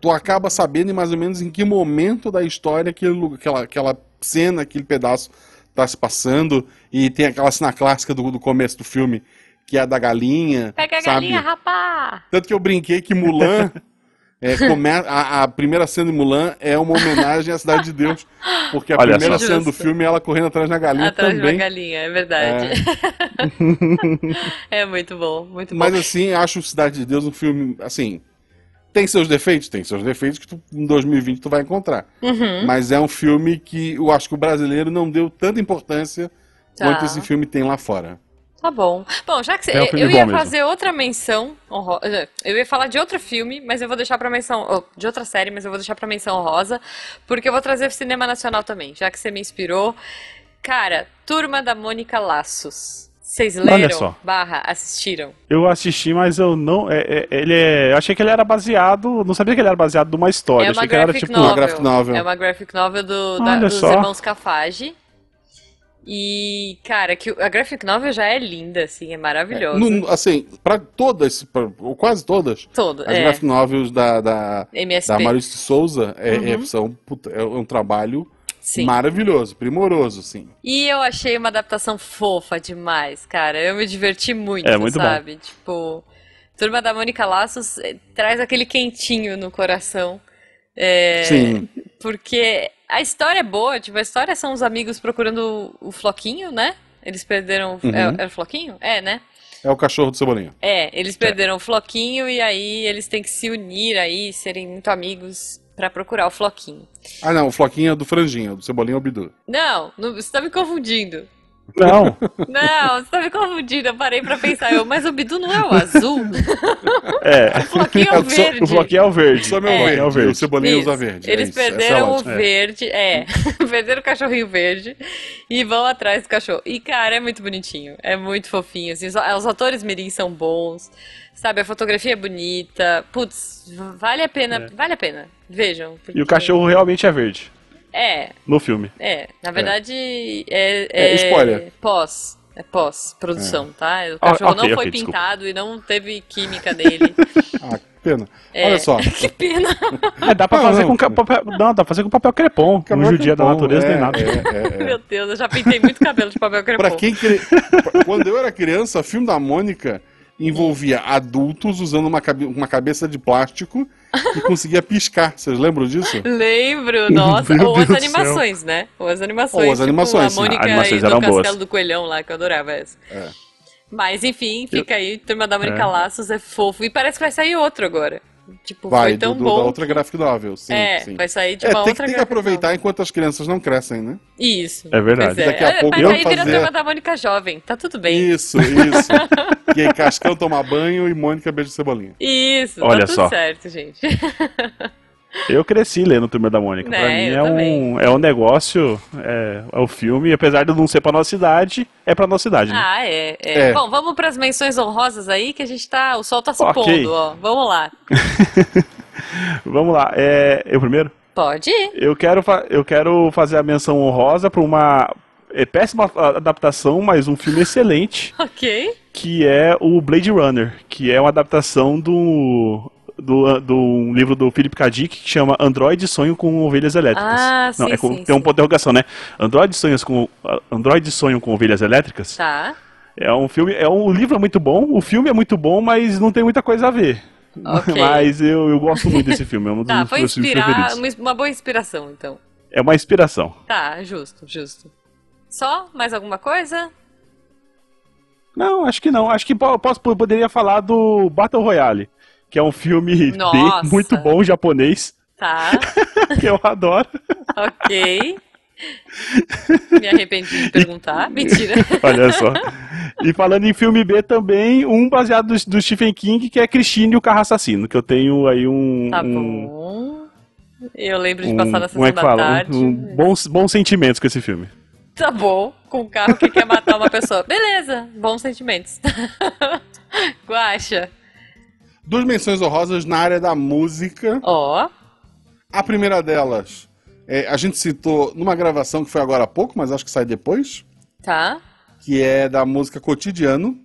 [SPEAKER 1] Tu acaba sabendo mais ou menos em que momento da história aquele, lu- aquela, aquela cena, aquele pedaço tá se passando. E tem aquela cena clássica do, do começo do filme, que é a da galinha.
[SPEAKER 2] Pega a
[SPEAKER 1] sabe?
[SPEAKER 2] galinha, rapá!
[SPEAKER 1] Tanto que eu brinquei que Mulan. é, come- a, a primeira cena de Mulan é uma homenagem à Cidade de Deus. Porque a
[SPEAKER 3] Olha só.
[SPEAKER 1] primeira cena do
[SPEAKER 2] Justo.
[SPEAKER 1] filme é ela correndo atrás da galinha
[SPEAKER 2] Atrás de uma
[SPEAKER 1] também.
[SPEAKER 2] galinha, é verdade. É, muito bom, muito bom.
[SPEAKER 1] Mas assim, acho Cidade de Deus um filme. Assim. Tem seus defeitos? Tem seus defeitos que tu, em 2020 tu vai encontrar.
[SPEAKER 2] Uhum,
[SPEAKER 1] Mas é um filme que eu acho que o brasileiro não deu tanta importância
[SPEAKER 2] tá.
[SPEAKER 1] quanto esse filme tem lá fora.
[SPEAKER 2] Tá bom. Bom, já que você,
[SPEAKER 3] É um filme
[SPEAKER 2] eu ia
[SPEAKER 3] bom mesmo.
[SPEAKER 2] fazer outra menção honro- eh, Eu ia falar de outro filme, mas eu vou deixar pra menção. ou, De outra série, mas eu vou deixar pra menção honrosa. Porque eu vou trazer cinema nacional também, já que você me inspirou. Cara, Turma da Mônica Laços. Vocês
[SPEAKER 3] Olha
[SPEAKER 2] leram?
[SPEAKER 3] só.
[SPEAKER 2] Barra, assistiram?
[SPEAKER 3] Eu assisti, mas eu não. é- é- ele é. Eu achei que ele era baseado. Não sabia que ele era baseado numa história.
[SPEAKER 2] É
[SPEAKER 3] Eu
[SPEAKER 2] uma
[SPEAKER 3] achei que ele era
[SPEAKER 2] graphic
[SPEAKER 3] tipo.
[SPEAKER 1] Uma graphic novel.
[SPEAKER 2] É uma graphic novel do, da-
[SPEAKER 3] Olha
[SPEAKER 2] dos
[SPEAKER 3] só.
[SPEAKER 2] irmãos Cafage. E, cara, que o- a graphic novel já é linda, assim, é maravilhosa.
[SPEAKER 1] No- assim, para todas, pra, ou quase todas,
[SPEAKER 2] Todo,
[SPEAKER 1] as
[SPEAKER 2] é.
[SPEAKER 1] graphic novels da- da,
[SPEAKER 2] MSP.
[SPEAKER 1] da Maurício de Souza é, é-
[SPEAKER 2] Uhum.
[SPEAKER 1] são, puta, é um trabalho
[SPEAKER 2] Sim.
[SPEAKER 1] maravilhoso, primoroso, sim.
[SPEAKER 2] E eu achei uma adaptação fofa demais, cara. Eu me diverti muito,
[SPEAKER 3] É, muito bom.
[SPEAKER 2] sabe? Tipo, Turma da Mônica Laços eh, traz aquele quentinho no coração. É,
[SPEAKER 1] Sim.
[SPEAKER 2] porque a história é boa, tipo, a história são os amigos procurando o o Floquinho, né? Eles perderam. o- é-
[SPEAKER 1] Uhum.
[SPEAKER 2] Era o Floquinho? É, né?
[SPEAKER 1] É o cachorro do Cebolinha.
[SPEAKER 2] É, eles perderam o Floquinho e aí eles têm que se unir aí, serem muito amigos pra procurar o Floquinho.
[SPEAKER 1] Ah, não, o Floquinho é do Franjinha, o do Cebolinha é o Bidu.
[SPEAKER 2] Não, não, você tá me confundindo.
[SPEAKER 3] Não,
[SPEAKER 2] Não, você tá me confundindo. Eu parei pra pensar, eu, mas o Bidu não é o azul?
[SPEAKER 3] é.
[SPEAKER 2] O Floquinho é o
[SPEAKER 1] Eu sou- o
[SPEAKER 2] verde.
[SPEAKER 3] O Floquinho é o verde.
[SPEAKER 1] Só meu
[SPEAKER 3] O Floquinho
[SPEAKER 1] verde,
[SPEAKER 3] é o
[SPEAKER 1] o
[SPEAKER 3] verde.
[SPEAKER 1] Cebolinha
[SPEAKER 2] Isso.
[SPEAKER 1] usa verde. é
[SPEAKER 2] Eles
[SPEAKER 1] isso, essa é a
[SPEAKER 2] perderam o
[SPEAKER 1] lógica.
[SPEAKER 2] verde, é. perderam o cachorrinho verde e vão atrás do cachorro. E, cara, é muito bonitinho. É muito fofinho. assim, os, os atores mirim são bons, sabe? A fotografia é bonita. Putz, vale a pena.
[SPEAKER 1] É.
[SPEAKER 2] Vale a pena. Vejam.
[SPEAKER 3] E
[SPEAKER 2] porque-
[SPEAKER 3] o cachorro realmente é verde.
[SPEAKER 2] É,
[SPEAKER 3] No filme.
[SPEAKER 2] é. Na verdade, é.
[SPEAKER 1] É, spoiler.
[SPEAKER 2] Pós. É pós-produção, tá? O
[SPEAKER 3] Ah,
[SPEAKER 2] cachorro
[SPEAKER 3] ok,
[SPEAKER 2] não foi
[SPEAKER 3] ok, desculpa.
[SPEAKER 2] pintado e não teve química nele.
[SPEAKER 1] Ah, que pena.
[SPEAKER 2] É.
[SPEAKER 1] Olha só,
[SPEAKER 2] que pena. Ah,
[SPEAKER 3] É, dá pra
[SPEAKER 1] Não,
[SPEAKER 3] fazer
[SPEAKER 1] não.
[SPEAKER 3] com ca- papel. Não, dá pra fazer com papel crepom. Não
[SPEAKER 1] Cabelo
[SPEAKER 3] judia da
[SPEAKER 1] crepom,
[SPEAKER 3] natureza
[SPEAKER 1] é,
[SPEAKER 3] nem nada.
[SPEAKER 1] é, é, é.
[SPEAKER 2] Meu Deus, eu já pintei muito cabelo de papel crepom.
[SPEAKER 1] Pra quem cre... pra- Quando eu era criança, o filme da Mônica envolvia adultos usando uma, cabe- uma cabeça de plástico que conseguia piscar. Vocês lembram disso?
[SPEAKER 2] Lembro, nossa.
[SPEAKER 3] Meu
[SPEAKER 2] Ou as
[SPEAKER 3] Deus
[SPEAKER 2] animações, né? Ou as animações.
[SPEAKER 1] Ou as animações,
[SPEAKER 2] Tipo,
[SPEAKER 1] sim.
[SPEAKER 2] a Mônica
[SPEAKER 3] Ah, animações
[SPEAKER 2] e do
[SPEAKER 3] eram
[SPEAKER 2] Castelo
[SPEAKER 3] boas.
[SPEAKER 2] do Coelhão lá, que eu adorava essa.
[SPEAKER 1] É.
[SPEAKER 2] Mas enfim, fica aí. Turma da Mônica
[SPEAKER 3] É.
[SPEAKER 2] Laços é fofo. E parece que vai sair outro agora. Tipo,
[SPEAKER 1] Vai,
[SPEAKER 2] foi tão
[SPEAKER 1] do, do- da
[SPEAKER 2] bom.
[SPEAKER 1] outra graphic novel, sim,
[SPEAKER 2] é,
[SPEAKER 1] sim.
[SPEAKER 2] vai sair de
[SPEAKER 1] É,
[SPEAKER 2] uma
[SPEAKER 1] tem, que-
[SPEAKER 2] outra
[SPEAKER 1] tem que
[SPEAKER 2] graphic
[SPEAKER 1] aproveitar enquanto as crianças não crescem, né?
[SPEAKER 2] novel. Isso.
[SPEAKER 3] É verdade.
[SPEAKER 2] Pois
[SPEAKER 1] Daqui a
[SPEAKER 2] É,
[SPEAKER 1] pouco
[SPEAKER 2] Mas
[SPEAKER 1] vão
[SPEAKER 2] aí vira
[SPEAKER 1] fazer-
[SPEAKER 2] Turma da Mônica Jovem. Tá tudo bem.
[SPEAKER 1] Isso, isso. e aí, Cascão toma banho e Mônica beija cebolinha.
[SPEAKER 2] Isso,
[SPEAKER 3] Olha
[SPEAKER 2] tá tudo
[SPEAKER 3] só. Hum.
[SPEAKER 2] certo, gente.
[SPEAKER 3] Eu cresci lendo Turma da Mônica.
[SPEAKER 2] Né,
[SPEAKER 3] pra mim
[SPEAKER 2] eu
[SPEAKER 3] é um,
[SPEAKER 2] também.
[SPEAKER 3] é um negócio, é, é um filme, apesar de não ser pra nossa idade, é pra nossa idade, né?
[SPEAKER 2] Ah, é, é.
[SPEAKER 1] É.
[SPEAKER 2] Bom, vamos pras menções honrosas aí, que a gente tá. O sol tá se
[SPEAKER 3] Ok.
[SPEAKER 2] pondo, ó. Vamos lá.
[SPEAKER 3] Vamos lá, é, eu primeiro?
[SPEAKER 2] Pode ir.
[SPEAKER 3] Eu quero, fa- eu quero fazer a menção honrosa pra uma é, péssima a- adaptação, mas um filme excelente,
[SPEAKER 2] Ok.
[SPEAKER 3] que é o Blade Runner, que é uma adaptação do do, do um livro do Philip K. Dick que chama Android Sonho com Ovelhas Elétricas.
[SPEAKER 2] Ah,
[SPEAKER 3] Não,
[SPEAKER 2] sim,
[SPEAKER 3] é com-
[SPEAKER 2] sim,
[SPEAKER 3] tem um
[SPEAKER 2] sim.
[SPEAKER 3] ponto de interrogação, né? Android Sonhos com Android Sonho com Ovelhas Elétricas.
[SPEAKER 2] Tá.
[SPEAKER 3] É um filme, é um o livro é muito bom, o filme é muito bom, mas não tem muita coisa a ver.
[SPEAKER 2] Ok.
[SPEAKER 3] Mas eu, eu gosto muito desse filme, é um dos
[SPEAKER 2] Tá,
[SPEAKER 3] meus
[SPEAKER 2] foi
[SPEAKER 3] filmes
[SPEAKER 2] inspirar,
[SPEAKER 3] preferidos.
[SPEAKER 2] uma, uma boa inspiração, então.
[SPEAKER 3] É uma inspiração.
[SPEAKER 2] Tá, justo, justo. Só? Mais alguma coisa?
[SPEAKER 3] Não, acho que não. Acho que po- posso poderia falar do Battle Royale, que é um filme B
[SPEAKER 2] Nossa.
[SPEAKER 3] muito bom japonês
[SPEAKER 2] Tá,
[SPEAKER 3] que eu adoro.
[SPEAKER 2] ok. Me arrependi de perguntar. Mentira.
[SPEAKER 3] Olha só. E falando em filme B também, um baseado do, do Stephen King, que é Christine e o Carro Assassino, que eu tenho aí um.
[SPEAKER 2] Tá
[SPEAKER 3] um...
[SPEAKER 2] bom. Eu lembro de
[SPEAKER 3] um-
[SPEAKER 2] passar na sessão
[SPEAKER 3] como é que
[SPEAKER 2] da
[SPEAKER 3] fala?
[SPEAKER 2] tarde.
[SPEAKER 3] Um, um bons, bons sentimentos com esse filme.
[SPEAKER 2] Tá bom, com um carro que quer matar uma pessoa. Beleza, bons sentimentos. Guaxa.
[SPEAKER 1] Duas menções honrosas na área da música.
[SPEAKER 2] Ó,
[SPEAKER 1] A primeira delas, é, a gente citou numa gravação que foi agora há pouco, mas acho que sai depois,
[SPEAKER 2] tá.
[SPEAKER 1] que é da música Cotidiano,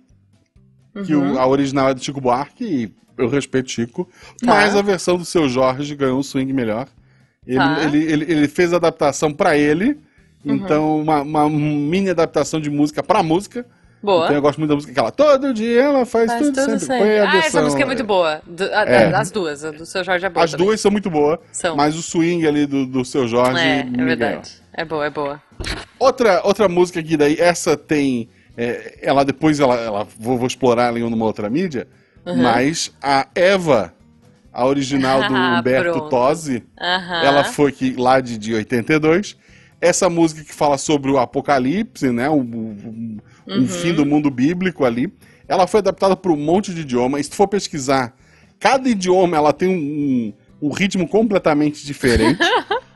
[SPEAKER 1] que
[SPEAKER 3] um
[SPEAKER 2] Uhum.
[SPEAKER 1] o- a original é do Chico Buarque, e eu respeito Chico,
[SPEAKER 2] Tá.
[SPEAKER 1] mas a versão do seu Jorge ganhou um swing melhor. Ele,
[SPEAKER 2] Tá. Uhum.
[SPEAKER 1] ele, ele, ele fez a adaptação pra ele, então uma, uma mini adaptação de música pra música.
[SPEAKER 2] Boa.
[SPEAKER 1] Então eu gosto muito da música aquela. Todo dia ela faz,
[SPEAKER 2] Faz
[SPEAKER 1] tudo,
[SPEAKER 2] tudo
[SPEAKER 1] sempre.
[SPEAKER 2] sempre.
[SPEAKER 1] Foi a
[SPEAKER 2] Ah, essa
[SPEAKER 1] versão-
[SPEAKER 2] música é muito boa. Do- a-
[SPEAKER 1] É.
[SPEAKER 2] a- As duas, a do seu Jorge é boa.
[SPEAKER 1] As
[SPEAKER 2] também.
[SPEAKER 1] duas são muito boas,
[SPEAKER 2] são.
[SPEAKER 1] mas o swing ali do, do seu Jorge.
[SPEAKER 2] é, é
[SPEAKER 1] me ganhou.
[SPEAKER 2] verdade. É boa, é boa.
[SPEAKER 1] Outra, outra música que daí, essa tem. é, ela depois ela, ela- vou, vou explorar ela em uma outra mídia, mas a Eva, a original do
[SPEAKER 2] Ah,
[SPEAKER 1] Humberto
[SPEAKER 2] pronto.
[SPEAKER 1] Tosi,
[SPEAKER 2] Aham.
[SPEAKER 1] ela foi que, lá de, de 82. Essa música que fala sobre o apocalipse, né? Um, um- um fim do mundo bíblico ali. Ela foi adaptada para um monte de idioma. E se tu for pesquisar, cada idioma ela tem um, um- um ritmo completamente diferente.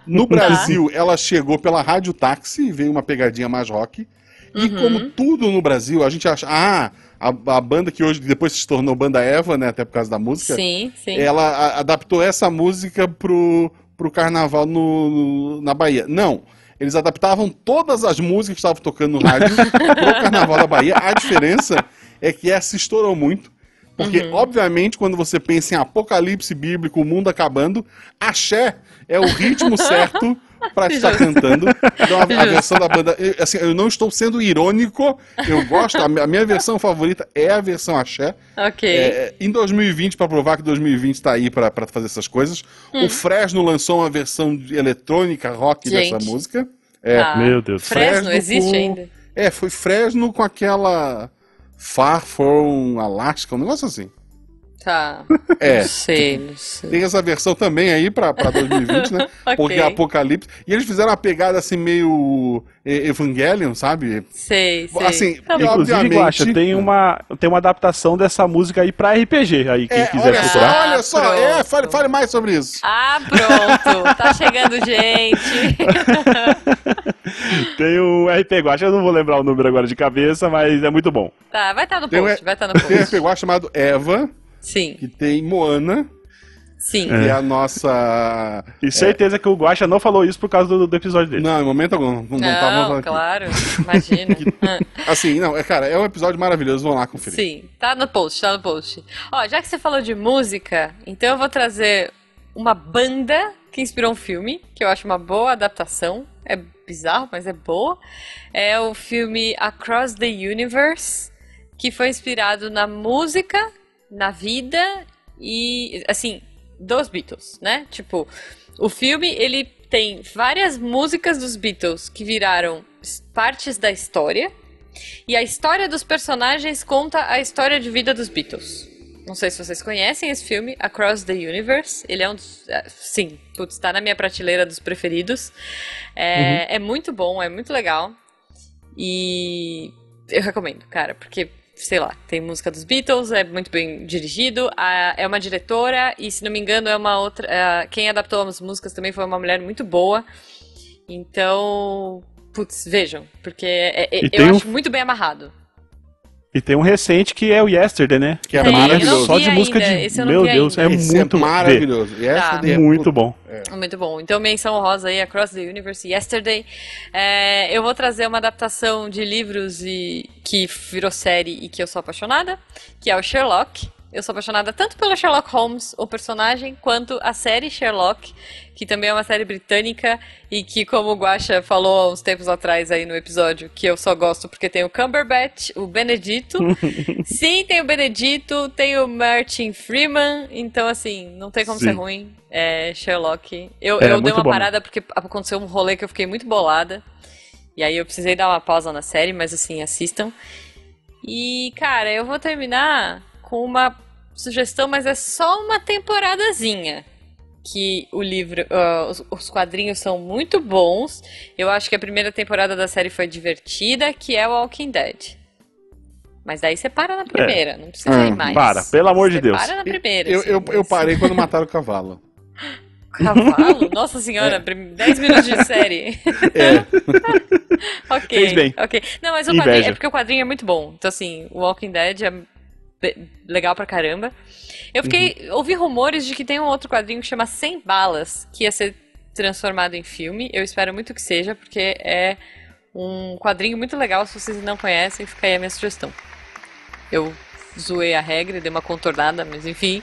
[SPEAKER 1] No Brasil, ela chegou pela Rádio Táxi e veio uma pegadinha mais rock. E como tudo no Brasil, a gente acha. Ah, a, a banda que hoje depois se tornou banda Eva, né? Até por causa da música
[SPEAKER 2] Sim, sim.
[SPEAKER 1] ela a- adaptou essa música pro, pro carnaval no, no- na Bahia. Não. Eles adaptavam todas as músicas que estavam tocando no rádio pro carnaval da Bahia. A diferença é que essa estourou muito. Porque, obviamente, quando você pensa em apocalipse bíblico, o mundo acabando, axé é o ritmo certo para estar
[SPEAKER 2] Justo.
[SPEAKER 1] cantando. Então, a, a
[SPEAKER 2] Justo.
[SPEAKER 1] versão da banda. eu- assim, eu não estou sendo irônico, eu gosto. A, mi- a minha versão favorita é a versão axé.
[SPEAKER 2] Ok.
[SPEAKER 1] É, em 2020, pra provar que 2020 tá aí pra pra fazer essas coisas,
[SPEAKER 2] Uhum.
[SPEAKER 1] o Fresno lançou uma versão de eletrônica rock
[SPEAKER 2] Gente.
[SPEAKER 1] dessa música.
[SPEAKER 2] Tá.
[SPEAKER 3] Meu Deus do céu.
[SPEAKER 2] Fresno,
[SPEAKER 1] é. Fresno
[SPEAKER 2] existe
[SPEAKER 1] com-
[SPEAKER 2] ainda?
[SPEAKER 1] É, foi Fresno com aquela Far From Alaska, um negócio assim.
[SPEAKER 2] Tá.
[SPEAKER 1] É.
[SPEAKER 2] Não sei, não sei.
[SPEAKER 1] Tem essa versão também aí pra, pra 2020, né?
[SPEAKER 2] Ok.
[SPEAKER 1] Porque é Apocalipse. E eles fizeram uma pegada assim meio eh, Evangelion, sabe?
[SPEAKER 2] Sei, sei.
[SPEAKER 1] Assim,
[SPEAKER 2] Tá
[SPEAKER 1] e
[SPEAKER 2] bom.
[SPEAKER 3] Inclusive,
[SPEAKER 1] obviamente- né?
[SPEAKER 3] Guaxa, tem uma, tem uma adaptação dessa música aí pra RPG aí, quem
[SPEAKER 1] É,
[SPEAKER 3] quiser
[SPEAKER 1] olha só,
[SPEAKER 3] procurar.
[SPEAKER 2] procurar.
[SPEAKER 1] olha só,
[SPEAKER 2] Ah,
[SPEAKER 1] é,
[SPEAKER 2] pronto.
[SPEAKER 1] fale, fale mais sobre isso.
[SPEAKER 2] Ah, pronto. Tá chegando gente.
[SPEAKER 3] Tem o RP Guacha, eu não vou lembrar o número agora de cabeça, mas é muito bom.
[SPEAKER 2] Tá, vai estar no
[SPEAKER 1] Tem um-
[SPEAKER 2] post, vai estar no
[SPEAKER 1] Tem um
[SPEAKER 2] post.
[SPEAKER 1] RPG chamado Eva,
[SPEAKER 2] Sim,
[SPEAKER 1] que tem Moana,
[SPEAKER 2] sim.
[SPEAKER 1] que é a nossa.
[SPEAKER 3] E certeza que o Guacha não falou isso por causa do, do episódio dele.
[SPEAKER 1] Não, em momento algum. Não, não tava
[SPEAKER 2] Não,
[SPEAKER 1] falando aqui.
[SPEAKER 2] claro, imagina. Ah,
[SPEAKER 1] Assim, não, é, cara, é um episódio maravilhoso. Vão lá conferir.
[SPEAKER 2] Sim, tá no post, tá no post. Ó, já que você falou de música, então eu vou trazer uma banda que inspirou um filme, que eu acho uma boa adaptação. É bizarro, mas é boa. É o filme Across the Universe, que foi inspirado na música, na vida e, assim, dos Beatles, né? Tipo, o filme, ele tem várias músicas dos Beatles que viraram s- partes da história. E a história dos personagens conta a história de vida dos Beatles. Não sei se vocês conhecem esse filme, Across the Universe. Ele é um dos. é, Sim, putz, tá na minha prateleira dos preferidos.
[SPEAKER 3] Uhum.
[SPEAKER 2] É, é muito bom, é muito legal. E eu recomendo, cara, porque, sei lá, tem música dos Beatles, é muito bem dirigido, a- é uma diretora e, se não me engano, é uma outra. é, Quem adaptou as músicas também foi uma mulher muito boa. Então, putz, vejam, porque é- é-
[SPEAKER 3] E tem
[SPEAKER 2] eu
[SPEAKER 3] um-
[SPEAKER 2] acho muito bem amarrado.
[SPEAKER 3] E tem um recente que é o Yesterday, né?
[SPEAKER 1] Que é
[SPEAKER 2] Tem, eu não
[SPEAKER 1] maravilhoso.
[SPEAKER 3] Só de
[SPEAKER 2] vi
[SPEAKER 3] música
[SPEAKER 2] ainda,
[SPEAKER 3] de.
[SPEAKER 2] esse eu não
[SPEAKER 3] Meu
[SPEAKER 2] vi
[SPEAKER 3] Deus,
[SPEAKER 2] ainda.
[SPEAKER 3] é
[SPEAKER 1] Esse
[SPEAKER 3] muito
[SPEAKER 1] é
[SPEAKER 3] maravilhoso.
[SPEAKER 1] maravilhoso. E essa
[SPEAKER 2] Tá.
[SPEAKER 1] daí é-
[SPEAKER 3] Muito bom.
[SPEAKER 2] Muito bom. Então, menção rosa aí, Across the Universe, Yesterday. É, eu vou trazer uma adaptação de livros e que virou série e que eu sou apaixonada, que é o Sherlock, Eu sou apaixonada tanto pelo Sherlock Holmes, o personagem, quanto a série Sherlock, que também é uma série britânica e que, como o Guaxa falou há uns tempos atrás aí no episódio, que eu só gosto porque tem o Cumberbatch, o Benedito. Sim, tem o Benedito, tem o Martin Freeman, então assim, não tem como
[SPEAKER 3] Sim.
[SPEAKER 2] ser ruim. É, Sherlock. Eu,
[SPEAKER 3] É,
[SPEAKER 2] eu dei
[SPEAKER 3] muito
[SPEAKER 2] uma
[SPEAKER 3] bom.
[SPEAKER 2] parada porque aconteceu um rolê que eu fiquei muito bolada. E aí eu precisei dar uma pausa na série, mas assim, assistam. E, cara, eu vou terminar com uma sugestão, mas é só uma temporadazinha. Que o livro, ah, os, os quadrinhos são muito bons. Eu acho que a primeira temporada da série foi divertida, que é o Walking Dead. Mas daí você para na primeira, não precisa
[SPEAKER 1] Ah,
[SPEAKER 2] ir mais.
[SPEAKER 3] É. Hum, para, pelo amor de
[SPEAKER 2] Você
[SPEAKER 3] Deus.
[SPEAKER 2] Para na primeira.
[SPEAKER 1] Eu,
[SPEAKER 2] assim,
[SPEAKER 1] eu, eu
[SPEAKER 2] mas-
[SPEAKER 1] parei quando mataram o cavalo.
[SPEAKER 2] Cavalo? Nossa senhora, 10 minutos de série.
[SPEAKER 1] É.
[SPEAKER 2] ok.
[SPEAKER 3] Fez bem.
[SPEAKER 2] Ok. Não, mas o
[SPEAKER 3] Inveja.
[SPEAKER 2] quadrinho, é porque o quadrinho é muito bom. Então, assim, o Walking Dead é be- legal pra caramba. Eu
[SPEAKER 1] Uhum.
[SPEAKER 2] fiquei. Ouvi rumores de que tem um outro quadrinho que chama 100 Balas, que ia ser transformado em filme. Eu espero muito que seja, porque é um quadrinho muito legal. Se vocês não conhecem, fica aí a minha sugestão. Eu zoei a regra, e dei uma contornada, mas enfim.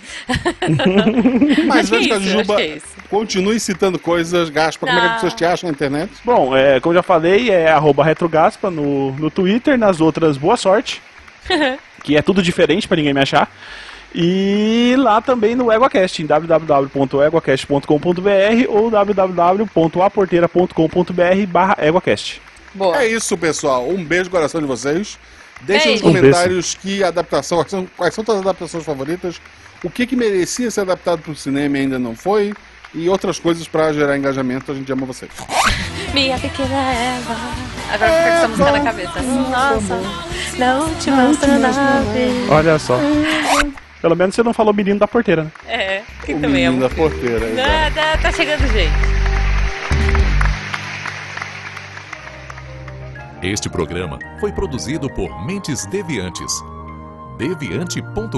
[SPEAKER 1] Mas, antes
[SPEAKER 2] acho que é
[SPEAKER 1] que a
[SPEAKER 2] isso, acho
[SPEAKER 1] Juba
[SPEAKER 2] que é isso.
[SPEAKER 1] continue citando coisas, Gaspa, como é que as
[SPEAKER 2] Tá.
[SPEAKER 1] pessoas te acham na internet?
[SPEAKER 3] Bom, é, como já falei, é arroba retrogaspa no, no Twitter, nas outras boa sorte. que é tudo diferente pra ninguém me achar. E lá também no EguaCast, em www.eguacast.com.br ou www.aporteira.com.br barra EguaCast.
[SPEAKER 2] Boa.
[SPEAKER 1] É isso, pessoal. Um beijo no coração de vocês. Deixem nos
[SPEAKER 2] É Beijo.
[SPEAKER 3] Um
[SPEAKER 1] comentários que adaptação, quais são, quais são suas adaptações favoritas, o que, que merecia ser adaptado para o cinema e ainda não foi, e outras coisas para gerar engajamento. A gente ama vocês.
[SPEAKER 2] Minha pequena Eva. Agora fica com essa música na cabeça. Nossa, não te mostro nave.
[SPEAKER 3] Olha só. Pelo menos você não falou menino da porteira, né?
[SPEAKER 2] É, que
[SPEAKER 1] o
[SPEAKER 2] também é
[SPEAKER 1] menino da
[SPEAKER 2] muito.
[SPEAKER 1] porteira. exato.
[SPEAKER 2] Tá, tá chegando, gente.
[SPEAKER 4] Este programa foi produzido por Mentes Deviantes. deviante.com.br